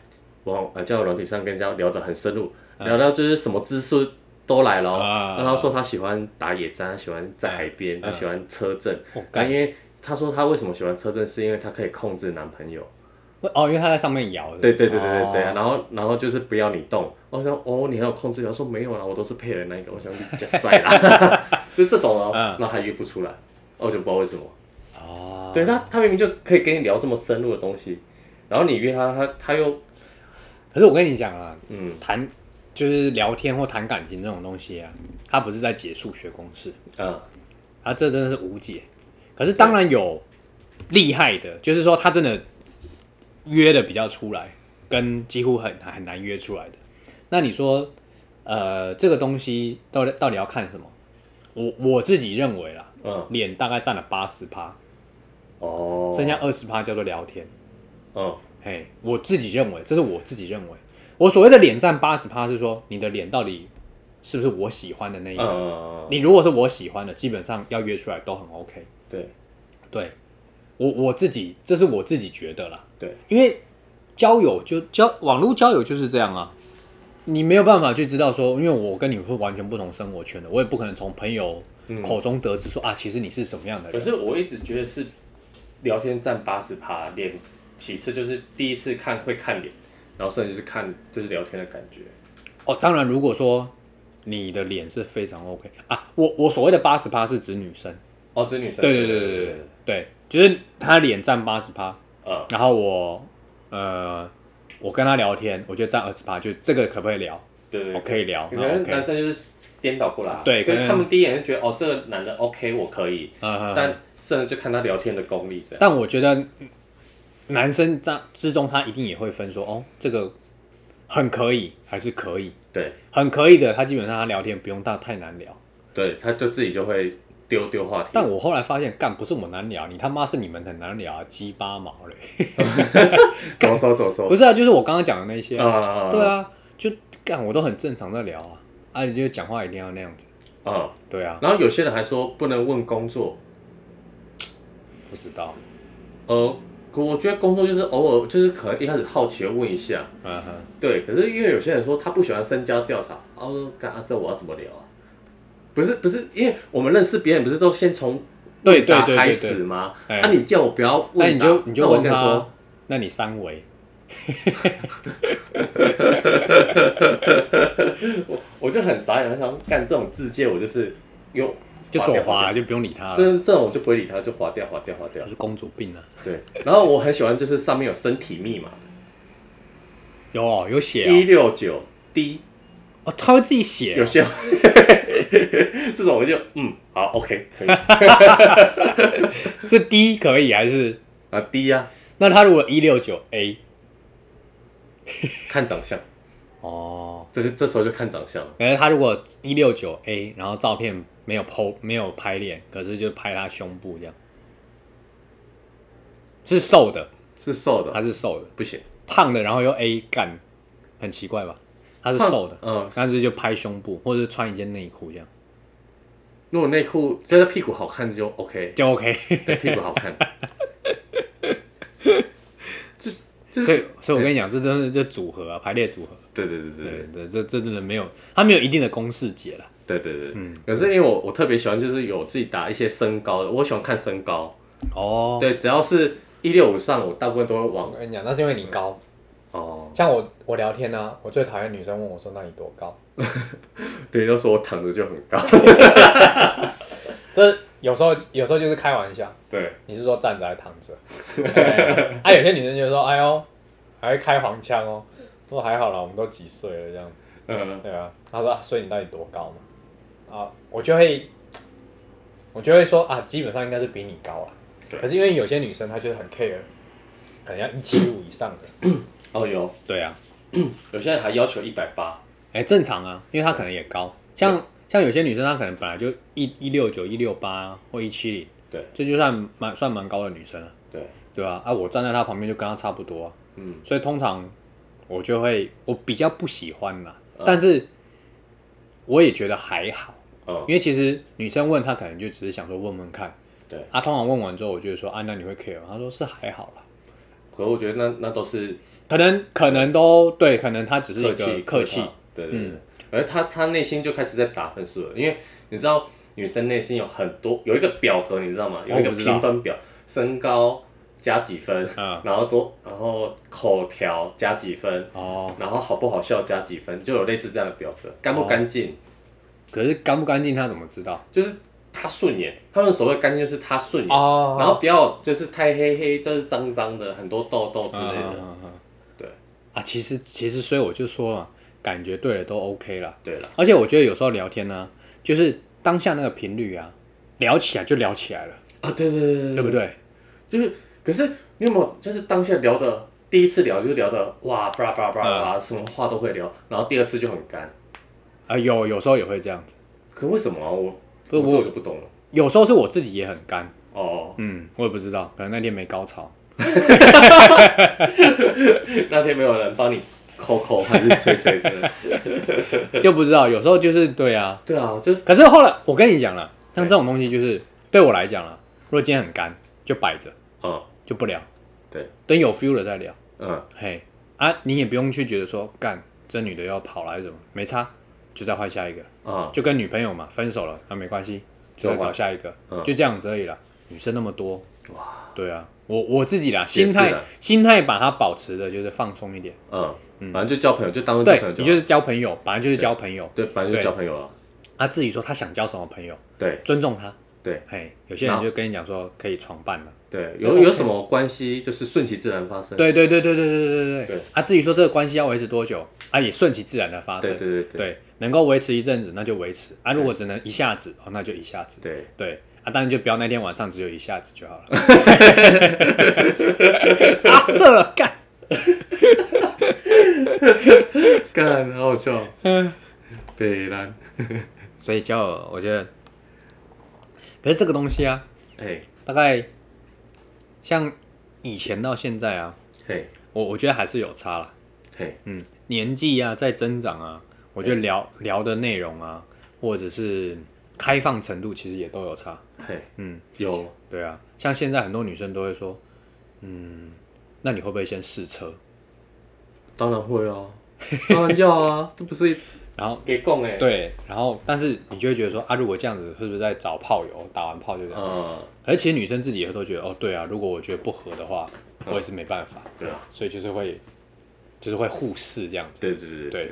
[SPEAKER 2] 网呃交友软体上跟人家聊得很深入，聊到就是什么知识都来了哦，
[SPEAKER 1] 啊
[SPEAKER 2] 然后他说他喜欢打野战，他喜欢在海边，他喜欢车震，
[SPEAKER 1] 我
[SPEAKER 2] 那
[SPEAKER 1] 干
[SPEAKER 2] 因为他说他为什么喜欢车震，是因为他可以控制男朋友。
[SPEAKER 1] 哦，因为他在上面摇。
[SPEAKER 2] 对对对对对对啊，
[SPEAKER 1] 哦
[SPEAKER 2] 然后然后就是不要你动。我想哦，你还有控制？他说没有啦，我都是配人那一个。我想你加塞啦，就这种哦，
[SPEAKER 1] 嗯
[SPEAKER 2] 那还约不出来，我就不知道为什么。
[SPEAKER 1] 哦，
[SPEAKER 2] 对他，他明明就可以跟你聊这么深入的东西，然后你约他，他他又
[SPEAKER 1] 可是我跟你讲啊，
[SPEAKER 2] 嗯
[SPEAKER 1] 谈就是聊天或谈感情这种东西啊，它不是在解数学公式，
[SPEAKER 2] 啊
[SPEAKER 1] 它这真的是无解。可是当然有厉害的，就是说他真的约的比较出来，跟几乎很很难约出来的。那你说，呃，这个东西到底到底要看什么？我我自己认为啦，
[SPEAKER 2] 嗯
[SPEAKER 1] 脸大概占了八十趴，
[SPEAKER 2] 哦，
[SPEAKER 1] 剩下二十趴叫做聊天。
[SPEAKER 2] 嗯
[SPEAKER 1] 嘿，我自己认为，这是我自己认为，我所谓的脸占八十趴是说你的脸到底是不是我喜欢的那一
[SPEAKER 2] 嗯
[SPEAKER 1] 个。
[SPEAKER 2] 嗯
[SPEAKER 1] 你如果是我喜欢的，基本上要约出来都很 OK。
[SPEAKER 2] 对
[SPEAKER 1] 对我我自己，这是我自己觉得啦，
[SPEAKER 2] 对
[SPEAKER 1] 因为交友就交网络交友就是这样啊，你没有办法去知道说，因为我跟你会完全不同生活圈的，我也不可能从朋友口中得知说、啊，其实你是怎么样的
[SPEAKER 2] 可
[SPEAKER 1] 人。
[SPEAKER 2] 嗯是我一直觉得是聊天占八十趴，脸其次就是第一次看会看脸，然后剩下就是看就是聊天的感觉。
[SPEAKER 1] 哦，当然，如果说你的脸是非常 OK 啊，我我所谓的八十趴是指女生。
[SPEAKER 2] 哦，这是女生。
[SPEAKER 1] 对对对对对对对，就是他脸占八十趴，
[SPEAKER 2] 嗯
[SPEAKER 1] 然后我呃，我跟他聊天，我觉得占二十趴，就这个可不可以聊？
[SPEAKER 2] 对对
[SPEAKER 1] 我
[SPEAKER 2] 对。
[SPEAKER 1] 可以聊，
[SPEAKER 2] 可
[SPEAKER 1] 那
[SPEAKER 2] 能
[SPEAKER 1] OK，
[SPEAKER 2] 男生就是颠倒过来啊，
[SPEAKER 1] 对
[SPEAKER 2] 就
[SPEAKER 1] 可
[SPEAKER 2] 是
[SPEAKER 1] 能
[SPEAKER 2] 他们第一眼就觉得哦，这个男的 OK，我可以，
[SPEAKER 1] 嗯嗯嗯
[SPEAKER 2] 但甚至就看他聊天的功力这样。
[SPEAKER 1] 但我觉得男生在之中，他一定也会分说，哦，这个很可以还是可以，
[SPEAKER 2] 对
[SPEAKER 1] 很可以的，他基本上他聊天不用到太难聊，
[SPEAKER 2] 对，他就自己就会丢丢话题。
[SPEAKER 1] 但我后来发现，干不是我们难聊，你他妈是你们很难聊啊，鸡巴毛嘞！
[SPEAKER 2] 走手走 手
[SPEAKER 1] 不是啊，就是我刚刚讲的那些
[SPEAKER 2] 啊
[SPEAKER 1] 啊，
[SPEAKER 2] 啊
[SPEAKER 1] 对啊，就干我都很正常在聊啊，啊，你就讲话一定要那样子，
[SPEAKER 2] 啊，
[SPEAKER 1] 对啊，
[SPEAKER 2] 然后有些人还说不能问工作，
[SPEAKER 1] 不知道，
[SPEAKER 2] 呃，可我觉得工作就是偶尔就是可能一开始好奇地问一下，
[SPEAKER 1] 嗯哼，
[SPEAKER 2] 对，可是因为有些人说他不喜欢深交调查，啊，我说干啊，这我要怎么聊啊？不是不是，因为我们认识别人不是都先从
[SPEAKER 1] 对
[SPEAKER 2] 问
[SPEAKER 1] 对
[SPEAKER 2] 答
[SPEAKER 1] 对
[SPEAKER 2] 开
[SPEAKER 1] 对
[SPEAKER 2] 始
[SPEAKER 1] 对，
[SPEAKER 2] 吗？
[SPEAKER 1] 哎
[SPEAKER 2] 啊，你叫我不要
[SPEAKER 1] 那
[SPEAKER 2] 问
[SPEAKER 1] 你
[SPEAKER 2] 答，
[SPEAKER 1] 就你就
[SPEAKER 2] 那我
[SPEAKER 1] 问
[SPEAKER 2] 跟你
[SPEAKER 1] 他
[SPEAKER 2] 说，，
[SPEAKER 1] 那你三维，
[SPEAKER 2] 我就很傻眼，我想干这种自荐，我就是用
[SPEAKER 1] 就走
[SPEAKER 2] 划
[SPEAKER 1] 滑
[SPEAKER 2] 掉，
[SPEAKER 1] 了，就不用理他
[SPEAKER 2] 就
[SPEAKER 1] 了，
[SPEAKER 2] 是这种我就不会理他，就划掉划掉 划掉
[SPEAKER 1] 他。是公主病啊，
[SPEAKER 2] 对，然后我很喜欢就是上面有身体密码
[SPEAKER 1] 有哦有写
[SPEAKER 2] 一
[SPEAKER 1] 哦
[SPEAKER 2] 六九 D，
[SPEAKER 1] 哦，他会自己写
[SPEAKER 2] 有
[SPEAKER 1] 哦，
[SPEAKER 2] 些 这种我就嗯好 OK 可以
[SPEAKER 1] 是 D 可以还是？
[SPEAKER 2] 啊 D 啊，
[SPEAKER 1] 那他如果一六九 A
[SPEAKER 2] 看长相，
[SPEAKER 1] 哦。
[SPEAKER 2] 这个这时候就看长相了。
[SPEAKER 1] 可是他如果一六九 A，然后照片没有 PO 没有拍脸，可是就拍他胸部这样，是瘦的，
[SPEAKER 2] 是瘦的
[SPEAKER 1] 他是瘦的，
[SPEAKER 2] 不行，
[SPEAKER 1] 胖的，然后又 A 干，很奇怪吧？他是瘦的，
[SPEAKER 2] 嗯，
[SPEAKER 1] 但是就拍胸部，或者是穿一件内裤这样，
[SPEAKER 2] 如果内裤现在屁股好看就 OK，
[SPEAKER 1] 就 OK。
[SPEAKER 2] 对，屁股好看。这这
[SPEAKER 1] 所以
[SPEAKER 2] 是，
[SPEAKER 1] 所以我跟你讲，这真的是这组合啊，排列组合，
[SPEAKER 2] 对对对对
[SPEAKER 1] 对
[SPEAKER 2] 对
[SPEAKER 1] 对，这这真的没有，他没有一定的公式解了。
[SPEAKER 2] 对对对。嗯，可是因为我我特别喜欢就是有自己打一些身高的，我喜欢看身高。
[SPEAKER 1] 哦，
[SPEAKER 2] 对，只要是一六五上，我大部分都会往
[SPEAKER 1] 跟你讲，那是因为你高。
[SPEAKER 2] 哦，
[SPEAKER 1] 像我我聊天呢、我最讨厌女生问我说：“那你多高？”
[SPEAKER 2] 对，要说我躺着就很 高。
[SPEAKER 1] 这有时候有时候就是开玩笑，
[SPEAKER 2] 对，
[SPEAKER 1] 你是说站着还是躺 着？哎啊，有些女生就说：“哎呦，还会开黄腔哦。”我说：“还好啦，我们都几岁了，这样
[SPEAKER 2] 嗯，
[SPEAKER 1] 对啊。”她说、啊所以你到底多高嘛？啊，我就会我就会说啊，基本上应该是比你高啦。
[SPEAKER 2] 对
[SPEAKER 1] 可是因为有些女生她就是很 care，可能要一七五以上的。
[SPEAKER 2] 哦有，
[SPEAKER 1] 对啊，
[SPEAKER 2] 有些人还要求一百八，
[SPEAKER 1] 哎、正常啊，因为她可能也高，像像有些女生她可能本来就一一六九、一六八或一七零，
[SPEAKER 2] 对
[SPEAKER 1] 这就算蛮算蛮高的女生了、
[SPEAKER 2] 对，
[SPEAKER 1] 对吧、啊？我站在他旁边就跟他差不多啊、
[SPEAKER 2] 嗯
[SPEAKER 1] 所以通常我就会我比较不喜欢啦，
[SPEAKER 2] 嗯
[SPEAKER 1] 但是我也觉得还好，
[SPEAKER 2] 嗯，
[SPEAKER 1] 因为其实女生问他可能就只是想说问问看，
[SPEAKER 2] 对。
[SPEAKER 1] 啊，通常问完之后我就会说啊，那你会 care？吗他说是还好啦，
[SPEAKER 2] 可我觉得那那都是
[SPEAKER 1] 可能可能都对，可能他只是一
[SPEAKER 2] 客
[SPEAKER 1] 个
[SPEAKER 2] 气
[SPEAKER 1] 客气，，
[SPEAKER 2] 啊
[SPEAKER 1] 嗯
[SPEAKER 2] 对对对。而他他内心就开始在打分数了，因为你知道女生内心有很多有一个表格，你知道吗？有一个
[SPEAKER 1] 哦我不知道
[SPEAKER 2] 评分表，身高加几分，
[SPEAKER 1] 嗯
[SPEAKER 2] 然后多然后口条加几分，
[SPEAKER 1] 哦，
[SPEAKER 2] 然后好不好笑加几分，就有类似这样的表格，干不干净，
[SPEAKER 1] 可是干不干净他怎么知道？
[SPEAKER 2] 就是他顺眼，他们所谓干净就是他顺眼。
[SPEAKER 1] 哦
[SPEAKER 2] 然后不要就是太黑黑，就是脏脏的，很多痘痘之类的。对
[SPEAKER 1] 啊，其实其实所以我就说嘛，感觉对了都 OK 啦。
[SPEAKER 2] 对了，
[SPEAKER 1] 而且我觉得有时候聊天呢、啊就是当下那个频率啊，聊起来就聊起来了，
[SPEAKER 2] 啊，对对对对
[SPEAKER 1] 对不对？
[SPEAKER 2] 嗯就是，可是你有没有就是当下聊的，第一次聊就是聊的哇，巴拉巴拉巴拉巴拉，什么话都会聊，然后第二次就很干。
[SPEAKER 1] 啊、有有时候也会这样子，
[SPEAKER 2] 可为什么啊、我
[SPEAKER 1] 不
[SPEAKER 2] 我
[SPEAKER 1] 我
[SPEAKER 2] 这我就不懂了。
[SPEAKER 1] 有时候是我自己也很干，
[SPEAKER 2] 哦，
[SPEAKER 1] 嗯，我也不知道，可能那天没高潮，
[SPEAKER 2] 那天没有人帮你抠抠 还是吹吹的？
[SPEAKER 1] 就不知道，有时候就是对啊。
[SPEAKER 2] 对啊，就是
[SPEAKER 1] 可是后来我跟你讲了，像这种东西就是对我来讲了，如果今天很干，就摆着
[SPEAKER 2] 嗯
[SPEAKER 1] 就不聊，
[SPEAKER 2] 对，
[SPEAKER 1] 等有 feel 了再聊，
[SPEAKER 2] 嗯，
[SPEAKER 1] 嘿啊，你也不用去觉得说干这女的要跑来什么，没差，就再换下一个。
[SPEAKER 2] 啊、
[SPEAKER 1] 就跟女朋友嘛，分手了，那、没关系，就再找下一个，
[SPEAKER 2] 嗯
[SPEAKER 1] 就这样子而已啦。女生那么多，
[SPEAKER 2] 哇，
[SPEAKER 1] 对啊，我我自己啦，
[SPEAKER 2] 也
[SPEAKER 1] 心
[SPEAKER 2] 是啊
[SPEAKER 1] 态
[SPEAKER 2] 啦
[SPEAKER 1] 心态把它保持的就是放松一点，
[SPEAKER 2] 嗯反正就交朋友，就当做交
[SPEAKER 1] 对
[SPEAKER 2] 朋友就
[SPEAKER 1] 你
[SPEAKER 2] 好
[SPEAKER 1] 就是交朋友，本来就是交朋友，
[SPEAKER 2] 对，反正就交朋友了。啊
[SPEAKER 1] 他自己说他想交什么朋友，
[SPEAKER 2] 对
[SPEAKER 1] 尊重他。
[SPEAKER 2] 对，
[SPEAKER 1] 嘿，有些人就跟你讲说可以床伴了，
[SPEAKER 2] 对，
[SPEAKER 1] 对
[SPEAKER 2] 有
[SPEAKER 1] OK
[SPEAKER 2] 有什么关系就是顺其自然发生。
[SPEAKER 1] 对对对对对对对对
[SPEAKER 2] 对
[SPEAKER 1] 对，他、自己说这个关系要维持多久，啊也顺其自然的发生，
[SPEAKER 2] 对对对对
[SPEAKER 1] 对能够维持一阵子那就维持，啊如果只能一下子哦那就一下子，
[SPEAKER 2] 对，
[SPEAKER 1] 对啊，当然就不要那天晚上只有一下子就 好了。啊，射了， 干！
[SPEAKER 2] 干，好好笑。北兰，
[SPEAKER 1] 所以交友，我觉得可是这个东西啊，
[SPEAKER 2] 嘿，
[SPEAKER 1] 大概像以前到现在啊，
[SPEAKER 2] 嘿，
[SPEAKER 1] 我我觉得还是有差啦。
[SPEAKER 2] 嘿，
[SPEAKER 1] 嗯，年纪啊在增长啊，我觉得聊聊的内容啊，或者是开放程度，其实也都有差。
[SPEAKER 2] 嘿，
[SPEAKER 1] 嗯，
[SPEAKER 2] 有，
[SPEAKER 1] 对啊，像现在很多女生都会说，嗯，那你会不会先试车？
[SPEAKER 2] 当然会啊， 当然要啊，这不是
[SPEAKER 1] 然后
[SPEAKER 2] 给供哎，，
[SPEAKER 1] 对，然后但是你就会觉得说啊，如果这样子，是不是在找炮友？打完炮就这样。
[SPEAKER 2] 嗯，
[SPEAKER 1] 而且女生自己也都觉得，哦，对啊，如果我觉得不合的话，我也是没办法，
[SPEAKER 2] 嗯对啊，
[SPEAKER 1] 所以就是会，就是会互视这样子。
[SPEAKER 2] 对对对
[SPEAKER 1] 对，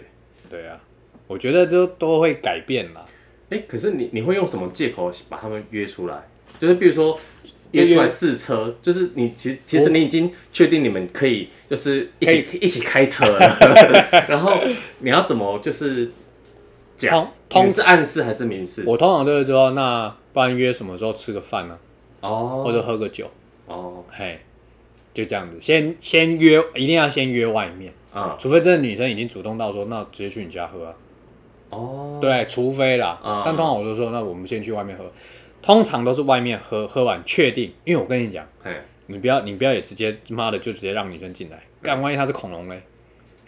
[SPEAKER 1] 对啊，我觉得就都会改变啦。
[SPEAKER 2] 哎、可是你你会用什么借口把他们约出来？就是比如说约出来试车，就是你其实其实你已经确定你们可以就是一起一起开车了，然后你要怎么就是讲？
[SPEAKER 1] 通
[SPEAKER 2] 你是暗示还是明示？
[SPEAKER 1] 我通常都会说，那不然约什么时候吃个饭呢、
[SPEAKER 2] 哦，
[SPEAKER 1] 或者喝个酒，
[SPEAKER 2] 哦，
[SPEAKER 1] 嘿，就这样子。先先约，一定要先约外面，
[SPEAKER 2] 嗯，
[SPEAKER 1] 除非这个女生已经主动到说，那直接去你家喝啊。
[SPEAKER 2] 哦，
[SPEAKER 1] 对，除非啦，
[SPEAKER 2] 嗯
[SPEAKER 1] 但通常我都说，那我们先去外面喝，通常都是外面喝，喝完确定，因为我跟你讲，
[SPEAKER 2] 嘿，
[SPEAKER 1] 你不要你不要也直接妈的就直接让女生进来，干万一她是恐龙嘞，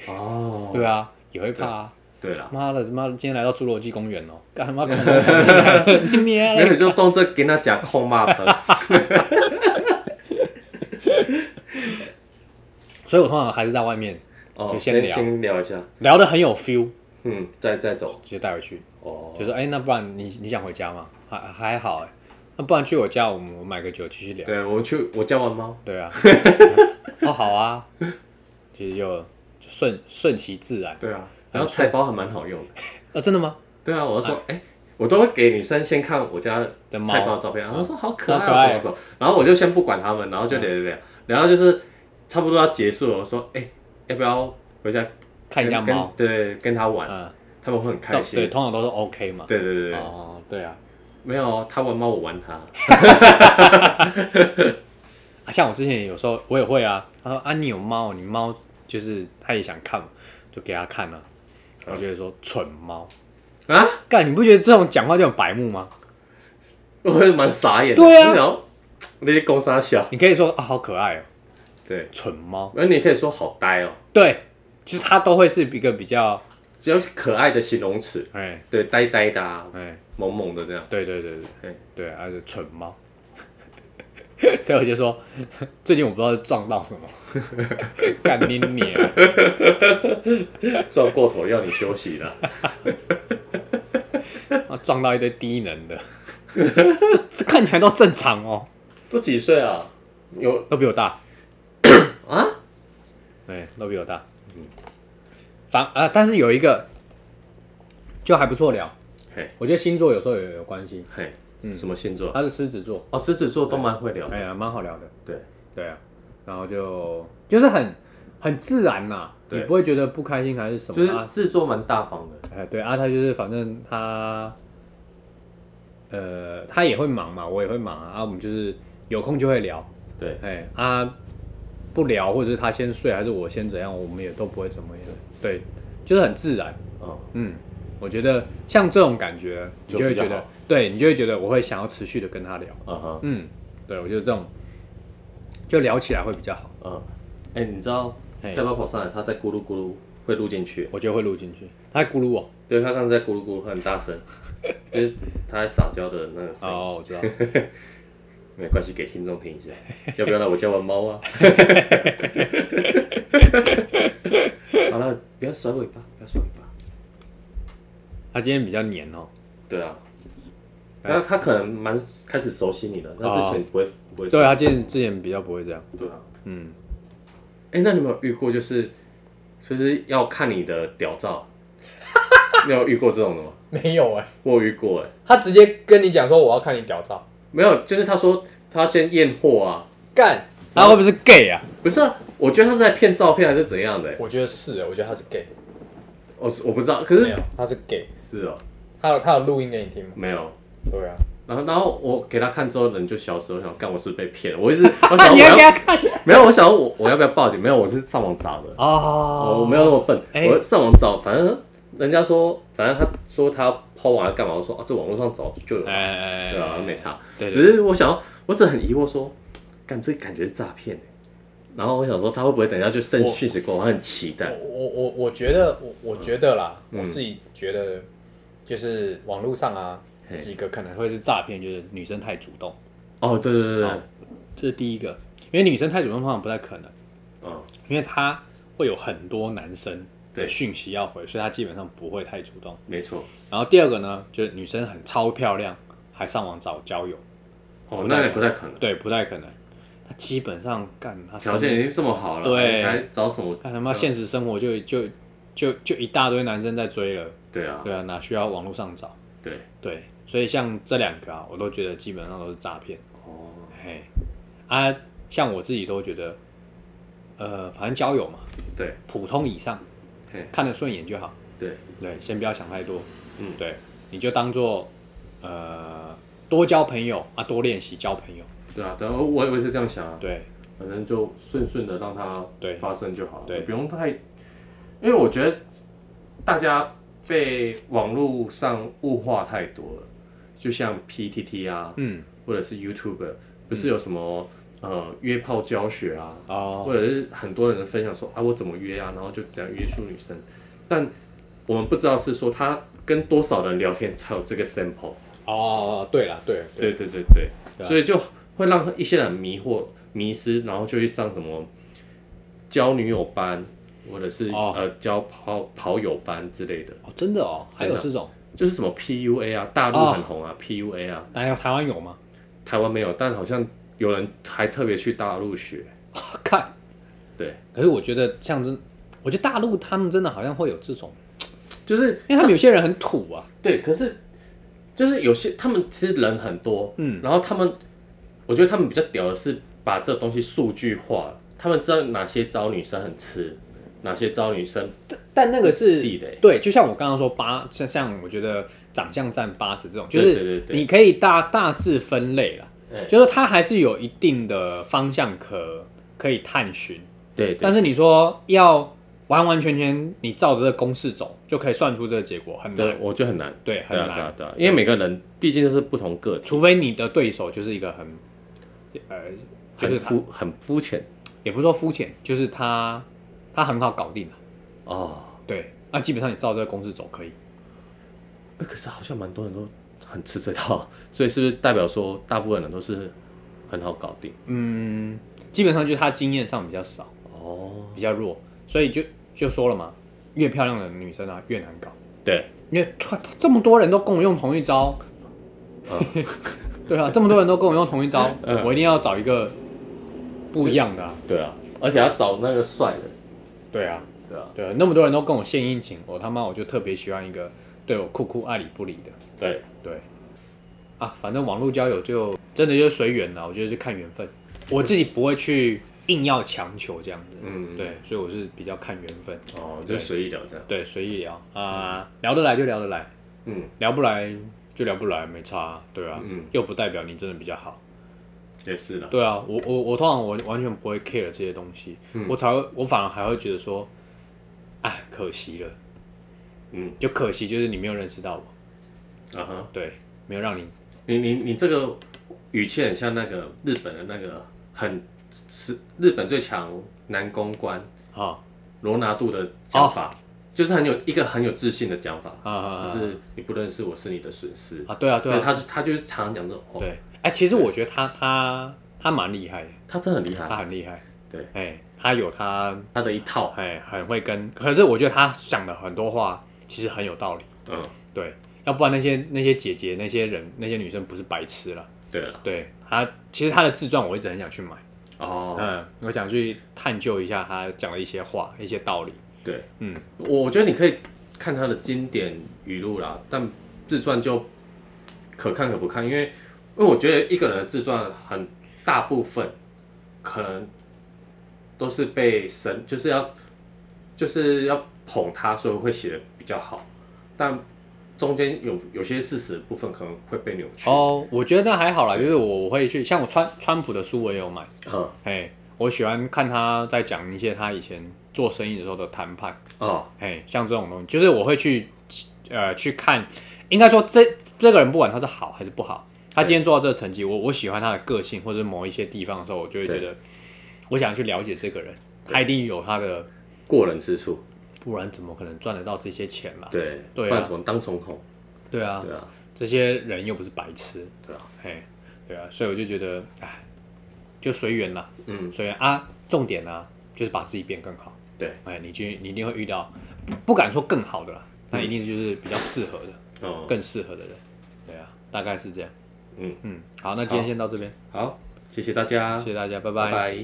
[SPEAKER 2] 哦，
[SPEAKER 1] 对啊，也会怕啊，
[SPEAKER 2] 对 啦，
[SPEAKER 1] 妈的妈的今天来到侏罗纪公园哦，干妈恐龙冲进来了，你娘
[SPEAKER 2] 那
[SPEAKER 1] 嘞，
[SPEAKER 2] 你就当这给他讲控骂的，
[SPEAKER 1] 所以我通常还是在外面
[SPEAKER 2] 哦，
[SPEAKER 1] 就先
[SPEAKER 2] 先
[SPEAKER 1] 聊
[SPEAKER 2] 先聊一下，
[SPEAKER 1] 聊得很有 feel，
[SPEAKER 2] 嗯，再再走，
[SPEAKER 1] 直接带回去，
[SPEAKER 2] 哦，
[SPEAKER 1] 就说哎、那不然你你想回家吗？还还好哎、那不然去我家，我们我买个酒继续聊。
[SPEAKER 2] 对我去我家玩猫，
[SPEAKER 1] 对啊， 哦好啊，其实就就顺顺其自然。
[SPEAKER 2] 对啊，然后菜包还蛮好用的。
[SPEAKER 1] 啊，真的吗？
[SPEAKER 2] 对啊，我就说，哎、我都会给女生先看我家
[SPEAKER 1] 的
[SPEAKER 2] 菜包
[SPEAKER 1] 猫啊
[SPEAKER 2] 的照片，然后说好可
[SPEAKER 1] 好
[SPEAKER 2] 爱
[SPEAKER 1] 可
[SPEAKER 2] 啊，
[SPEAKER 1] 爱
[SPEAKER 2] 什么什么，然后我就先不管他们，然后就聊聊聊，然后就是差不多要结束了，我说，哎、要不要回家
[SPEAKER 1] 看一下
[SPEAKER 2] 跟
[SPEAKER 1] 猫，，
[SPEAKER 2] 跟对，跟他玩，
[SPEAKER 1] 嗯，
[SPEAKER 2] 他们会很
[SPEAKER 1] 都
[SPEAKER 2] 开
[SPEAKER 1] 对，
[SPEAKER 2] 心。
[SPEAKER 1] 通常都是 OK 嘛。
[SPEAKER 2] 对对对对，
[SPEAKER 1] 哦，对啊，
[SPEAKER 2] 没有他玩猫，我玩他。
[SPEAKER 1] 啊像我之前有时候我也会啊，他说啊你有猫，你猫就是他也想看嘛，就给他看啊。
[SPEAKER 2] 嗯
[SPEAKER 1] 我觉得说蠢猫，
[SPEAKER 2] 啊，
[SPEAKER 1] 干你不觉得这种讲话就很白目吗？
[SPEAKER 2] 我会蛮傻眼的。
[SPEAKER 1] 对啊
[SPEAKER 2] 然后那些公沙小，
[SPEAKER 1] 你可以说啊好可爱哦，
[SPEAKER 2] 对，
[SPEAKER 1] 蠢猫，
[SPEAKER 2] 而你可以说好呆哦，
[SPEAKER 1] 对，就是它都会是一个比较
[SPEAKER 2] 只要是可爱的形容词，
[SPEAKER 1] 哎
[SPEAKER 2] 对，呆呆的、啊，
[SPEAKER 1] 哎
[SPEAKER 2] 萌萌的这样。
[SPEAKER 1] 对对对对
[SPEAKER 2] 对
[SPEAKER 1] 对对，还是蠢猫。 所以我就说， 最近我不知道撞到什么， 干你你、啊！
[SPEAKER 2] 转过头要你休息了，
[SPEAKER 1] 啊 撞到一堆低能的， 这这看起来都正常哦，
[SPEAKER 2] 都几岁啊？有
[SPEAKER 1] 都比我大，
[SPEAKER 2] 啊？
[SPEAKER 1] 对，都比我大。反啊、但是有一个就还不错聊
[SPEAKER 2] 嘿，
[SPEAKER 1] 我觉得星座有时候也有关系，
[SPEAKER 2] 嘿，什么星座？
[SPEAKER 1] 他是狮子座，
[SPEAKER 2] 嗯哦，狮子座都蛮会聊的。
[SPEAKER 1] 哎呀，蛮好聊的，
[SPEAKER 2] 对，
[SPEAKER 1] 对啊，然后就就是很很自然呐、
[SPEAKER 2] 对
[SPEAKER 1] 你不会觉得不开心还是什么，
[SPEAKER 2] 就是
[SPEAKER 1] 啊
[SPEAKER 2] 狮子座蛮大方的。
[SPEAKER 1] 哎，对，阿、泰就是反正他，呃，他也会忙嘛，我也会忙啊，啊，我们就是有空就会聊，
[SPEAKER 2] 对，
[SPEAKER 1] 哎，啊，不聊或者是他先睡还是我先怎样，我们也都不会怎么样，对，就是很自然，
[SPEAKER 2] 哦，
[SPEAKER 1] 嗯，我觉得像这种感觉，你
[SPEAKER 2] 就
[SPEAKER 1] 就会
[SPEAKER 2] 比较
[SPEAKER 1] 觉得
[SPEAKER 2] 好，
[SPEAKER 1] 对你就会觉得我会想要持续的跟他聊，
[SPEAKER 2] 嗯哼，
[SPEAKER 1] 嗯，对我觉得这种就聊起来会比较好，
[SPEAKER 2] 嗯，哎，你知道
[SPEAKER 1] 嘿
[SPEAKER 2] 菜包跑上来，它在咕噜咕噜会录进去。
[SPEAKER 1] 我觉得会录进去，他还咕噜我，
[SPEAKER 2] 对，它刚才在咕噜咕噜很大 声，就是它在撒娇的那个声音。
[SPEAKER 1] 哦，我知道，
[SPEAKER 2] 没关系，给听众听一下。要不要来我家玩猫啊？ 好了，不要甩尾巴，不要甩尾巴。
[SPEAKER 1] 他今天比较黏哦，
[SPEAKER 2] 对啊，那它可能蛮开始熟悉你
[SPEAKER 1] 哦
[SPEAKER 2] 了，那之前不会不会。
[SPEAKER 1] 对啊他今天之前比较不会这样，
[SPEAKER 2] 对啊。
[SPEAKER 1] 嗯。
[SPEAKER 2] 哎、那你有没有遇过就是就是要看你的屌 照？你有遇过这种的吗？
[SPEAKER 1] 没有哎、
[SPEAKER 2] 我有遇过哎、
[SPEAKER 1] 他直接跟你讲说我要看你屌照，
[SPEAKER 2] 没有，就是他说他先验货啊，
[SPEAKER 1] 干，他会不会是 gay 啊？
[SPEAKER 2] 不是、啊，我觉得他是在骗照片还是怎样的、欸？
[SPEAKER 1] 我觉得是，我觉得他是 gay，
[SPEAKER 2] 我是我不知道，可是
[SPEAKER 1] 有，他是 gay，
[SPEAKER 2] 是哦、
[SPEAKER 1] 他有他有录音给你听吗？
[SPEAKER 2] 没有。
[SPEAKER 1] 对啊，
[SPEAKER 2] 然后然后我给他看之后，人就消失，我想干我是不是被骗 了，我一直
[SPEAKER 1] 那
[SPEAKER 2] 我想
[SPEAKER 1] 你
[SPEAKER 2] 我
[SPEAKER 1] 要给
[SPEAKER 2] 要
[SPEAKER 1] 他看
[SPEAKER 2] 没有，我想我我要不要报警？没有，我是上网找的，
[SPEAKER 1] 哦
[SPEAKER 2] 我没有那么笨，
[SPEAKER 1] 哎
[SPEAKER 2] 我上网找，反正人家说，反正他说他抛完了干嘛？我说啊，这网络上早就有
[SPEAKER 1] 哎哎，
[SPEAKER 2] 了，
[SPEAKER 1] 哎
[SPEAKER 2] 对啊，没，差。
[SPEAKER 1] 对，
[SPEAKER 2] 只是我想要，我只是很疑惑说，干这感觉是诈骗欸然后我想说，他会不会等一下就剩
[SPEAKER 1] 我
[SPEAKER 2] 讯息给我？我很期待。
[SPEAKER 3] 我我我我觉得我我觉得啦，
[SPEAKER 2] 嗯
[SPEAKER 3] 我自己觉得就是网络上啊
[SPEAKER 2] 嘿
[SPEAKER 3] 几个可能
[SPEAKER 1] 可能会是诈骗，就是女生太主动，
[SPEAKER 2] 哦，对对对对
[SPEAKER 1] 好，这是第一个，因为女生太主动通常不太可能，
[SPEAKER 2] 嗯，
[SPEAKER 1] 因为她会有很多男生
[SPEAKER 2] 对
[SPEAKER 1] 的讯息要回，所以她基本上不会太主动。
[SPEAKER 2] 没错。
[SPEAKER 1] 然后第二个呢，就是女生很超漂亮，还上网找交友，
[SPEAKER 2] 哦，那也不太可能，
[SPEAKER 1] 对，不太可能。她基本上干她
[SPEAKER 2] 条件已经这么好了，
[SPEAKER 1] 对
[SPEAKER 2] 还还找什么？
[SPEAKER 1] 干他妈现实生活就就就就一大堆男生在追了，
[SPEAKER 2] 对啊，
[SPEAKER 1] 对啊，哪需要网络上找？
[SPEAKER 2] 对，
[SPEAKER 1] 对，所以像这两个啊，我都觉得基本上都是诈骗。
[SPEAKER 2] 哦，
[SPEAKER 1] 嘿，啊，像我自己都觉得，呃，反正交友嘛，
[SPEAKER 2] 对，
[SPEAKER 1] 普通以上，
[SPEAKER 2] 嘿，
[SPEAKER 1] 看得顺眼就好。
[SPEAKER 2] 对，
[SPEAKER 1] 对，先不要想太多。
[SPEAKER 2] 嗯
[SPEAKER 1] 对，你就当做呃多交朋友啊，多练习交朋友。
[SPEAKER 2] 对啊，对啊，我我也是这样想啊，
[SPEAKER 1] 对，
[SPEAKER 2] 反正就顺顺的让它
[SPEAKER 1] 对
[SPEAKER 2] 发生就好了，
[SPEAKER 1] 对
[SPEAKER 2] 不用太，因为我觉得大家被网络上物化太多了，就像 PTT 啊，
[SPEAKER 1] 嗯，
[SPEAKER 2] 或者是 YouTuber，不是有什么、呃约炮教学啊，
[SPEAKER 1] 哦，
[SPEAKER 2] 或者是很多人分享说啊我怎么约啊，然后就怎样约出女生，但我们不知道是说他跟多少人聊天才有这个 sample，
[SPEAKER 3] 哦，对了，对
[SPEAKER 2] 对对对
[SPEAKER 1] 对
[SPEAKER 2] 对，
[SPEAKER 1] 啊
[SPEAKER 2] 所以就会让一些人迷惑、迷失，然后就去上什么交女友班，或者是、
[SPEAKER 1] 哦
[SPEAKER 2] 呃交跑跑友班之类的，
[SPEAKER 1] 哦，真的哦，还有
[SPEAKER 2] 真
[SPEAKER 1] 这种，
[SPEAKER 2] 就是什么 PUA 啊，大陆
[SPEAKER 1] 哦
[SPEAKER 2] 很红啊、p u a 啊，
[SPEAKER 1] 哎，台湾有吗？
[SPEAKER 2] 台湾没有，但好像有人还特别去大陆学，
[SPEAKER 1] 看，
[SPEAKER 2] 对，
[SPEAKER 1] 可是我觉得像真，我觉得大陆他们真的好像会有这种，
[SPEAKER 2] 就是
[SPEAKER 1] 因为他们有些人很土啊。
[SPEAKER 2] 对，可是就是有些他们其实人很多，
[SPEAKER 1] 嗯，
[SPEAKER 2] 然后他们，我觉得他们比较屌的是把这东西数据化了，他们知道哪些招女生很吃，哪些招女生
[SPEAKER 1] 但那个是
[SPEAKER 2] 地雷。
[SPEAKER 1] 对，就像我刚刚说八，像像我觉得长相占八十这种，就
[SPEAKER 2] 对对
[SPEAKER 1] 是
[SPEAKER 2] 对
[SPEAKER 1] 你可以大大致分类啦，
[SPEAKER 2] 哎
[SPEAKER 1] 就是它还是有一定的方向可可以探寻，
[SPEAKER 2] 对对
[SPEAKER 1] 但是你说要完完全全你照着这个公式走就可以算出这个结果，很
[SPEAKER 2] 对
[SPEAKER 1] 难，，
[SPEAKER 2] 我觉得很难，
[SPEAKER 1] 对，很
[SPEAKER 2] 对啊对
[SPEAKER 1] 难
[SPEAKER 2] 啊，对啊，因为每个人毕竟都是不同个体，
[SPEAKER 1] 除非你的对手就是一个很，呃，就
[SPEAKER 2] 很
[SPEAKER 1] 是他
[SPEAKER 2] 肤很肤浅
[SPEAKER 1] 也不是说肤浅，就是他他很好搞定啊
[SPEAKER 2] 哦。
[SPEAKER 1] 对，那基本上你照这个公式走可以，
[SPEAKER 2] 哎可是好像蛮多人都很吃这套， 所以是不是代表说大部分人都是很好搞定？
[SPEAKER 1] 嗯，基本上就是他经验上比较少。
[SPEAKER 2] 哦，
[SPEAKER 1] 比较弱，所以就就说了嘛，越漂亮的女生啊越难搞，
[SPEAKER 2] 对，
[SPEAKER 1] 因为突这么多人都跟我用同一招， 对啊，这么多人都跟我用同一招，
[SPEAKER 2] 嗯
[SPEAKER 1] 我一定要找一个不一样的、啊，
[SPEAKER 2] 对啊，而且要找那个帅的，
[SPEAKER 1] 对啊，
[SPEAKER 2] 对啊，
[SPEAKER 1] 对啊，那么多人都跟我献殷勤，我他妈我就特别喜欢一个对我酷酷爱理不理的，
[SPEAKER 2] 对，
[SPEAKER 1] 对，啊，反正网络交友就真的就是随缘了，我觉得是看缘分，我自己不会去硬要强求这样子，
[SPEAKER 2] 嗯
[SPEAKER 1] 对，所以我是比较看缘分，
[SPEAKER 2] 哦，就
[SPEAKER 1] 对
[SPEAKER 2] 随意聊这样，
[SPEAKER 1] 对，随意聊啊、聊得来就聊得来。
[SPEAKER 2] 嗯，
[SPEAKER 1] 聊不来就聊不来，没差啊、对啊，
[SPEAKER 2] 嗯
[SPEAKER 1] 又不代表你真的比较好，
[SPEAKER 2] 也是啦，
[SPEAKER 1] 对啊，我我我通常我完全不会 care 这些东西，
[SPEAKER 2] 嗯
[SPEAKER 1] 我才会我反而还会觉得说，哎，可惜了，
[SPEAKER 2] 嗯，
[SPEAKER 1] 就可惜就是你没有认识到我，
[SPEAKER 2] 啊哈，
[SPEAKER 1] 对，没有让你，
[SPEAKER 2] 你你你这个语气很像那个日本的那个很是日本最强男公关
[SPEAKER 1] 哈
[SPEAKER 2] 罗纳度的讲法，就是很有一个很有自信的讲法，
[SPEAKER 1] 啊哦啊
[SPEAKER 2] 就是你不认识我是你的损失。
[SPEAKER 1] 啊，对啊对
[SPEAKER 2] 对，
[SPEAKER 1] 啊，
[SPEAKER 2] 他就他就是常常讲这种哦话，
[SPEAKER 1] 对，哎，其实我觉得他他他蛮厉害的，
[SPEAKER 2] 他真的很厉
[SPEAKER 1] 他
[SPEAKER 2] 害，
[SPEAKER 1] 很厉害，
[SPEAKER 2] 对，
[SPEAKER 1] 哎，他有他
[SPEAKER 2] 他的一套，
[SPEAKER 1] 哎很会跟，可是我觉得他讲的很多话其实很有道理。
[SPEAKER 2] 嗯，
[SPEAKER 1] 对，要不然那些那些姐姐、那些人、那些女生不是白痴了。
[SPEAKER 2] 对了，
[SPEAKER 1] 对她，其实她的自传我一直很想去买，
[SPEAKER 2] 哦，
[SPEAKER 1] 嗯，我想去探究一下她讲的一些话、一些道理。
[SPEAKER 2] 对，
[SPEAKER 1] 嗯，
[SPEAKER 2] 我我觉得你可以看他的经典语录啦，但自传就可看可不看，因为因为我觉得一个人的自传很大部分可能都是被神，就是要就是要捧他，所以会写的比较好，但中间有有些事实的部分可能会被
[SPEAKER 1] 哦
[SPEAKER 2] 扭曲。，
[SPEAKER 1] 哦，我觉得还好啦，就是我我会去，像我川川普的书我也有买，
[SPEAKER 2] 嗯，
[SPEAKER 1] 哎，我喜欢看他在讲一些他以前做生意的时候的谈判，
[SPEAKER 2] 啊，
[SPEAKER 1] 哎，像这种东西，就是我会去呃去看，应该说这这个人不管他是好还是不好，他今天做到这个成绩，我我喜欢他的个性或者是某一些地方的时候，我就会觉得我想去了解这个人，他一定有他的，
[SPEAKER 2] 过人之处，
[SPEAKER 1] 不然怎么可能赚得到这些钱啦？
[SPEAKER 2] 对，
[SPEAKER 1] 对啊
[SPEAKER 2] 不然怎么当总统？
[SPEAKER 1] 对啊，
[SPEAKER 2] 对啊，
[SPEAKER 1] 这些人又不是白痴，
[SPEAKER 2] 对啊，
[SPEAKER 1] 嘿，对啊，所以我就觉得，哎，就随缘啦，
[SPEAKER 2] 嗯，
[SPEAKER 1] 随缘啊，重点呢、啊、就是把自己变更好，
[SPEAKER 2] 对，
[SPEAKER 1] 哎，你去你一定会遇到，不不敢说更好的啦，
[SPEAKER 2] 嗯
[SPEAKER 1] 那一定就是比较适合的，
[SPEAKER 2] 哦，
[SPEAKER 1] 更适合的人，对啊，大概是这样，
[SPEAKER 2] 嗯
[SPEAKER 1] 嗯，好，那今天
[SPEAKER 2] 好
[SPEAKER 1] 先到这边，
[SPEAKER 2] 好，谢谢大家，
[SPEAKER 1] 谢谢大家，
[SPEAKER 2] 拜拜。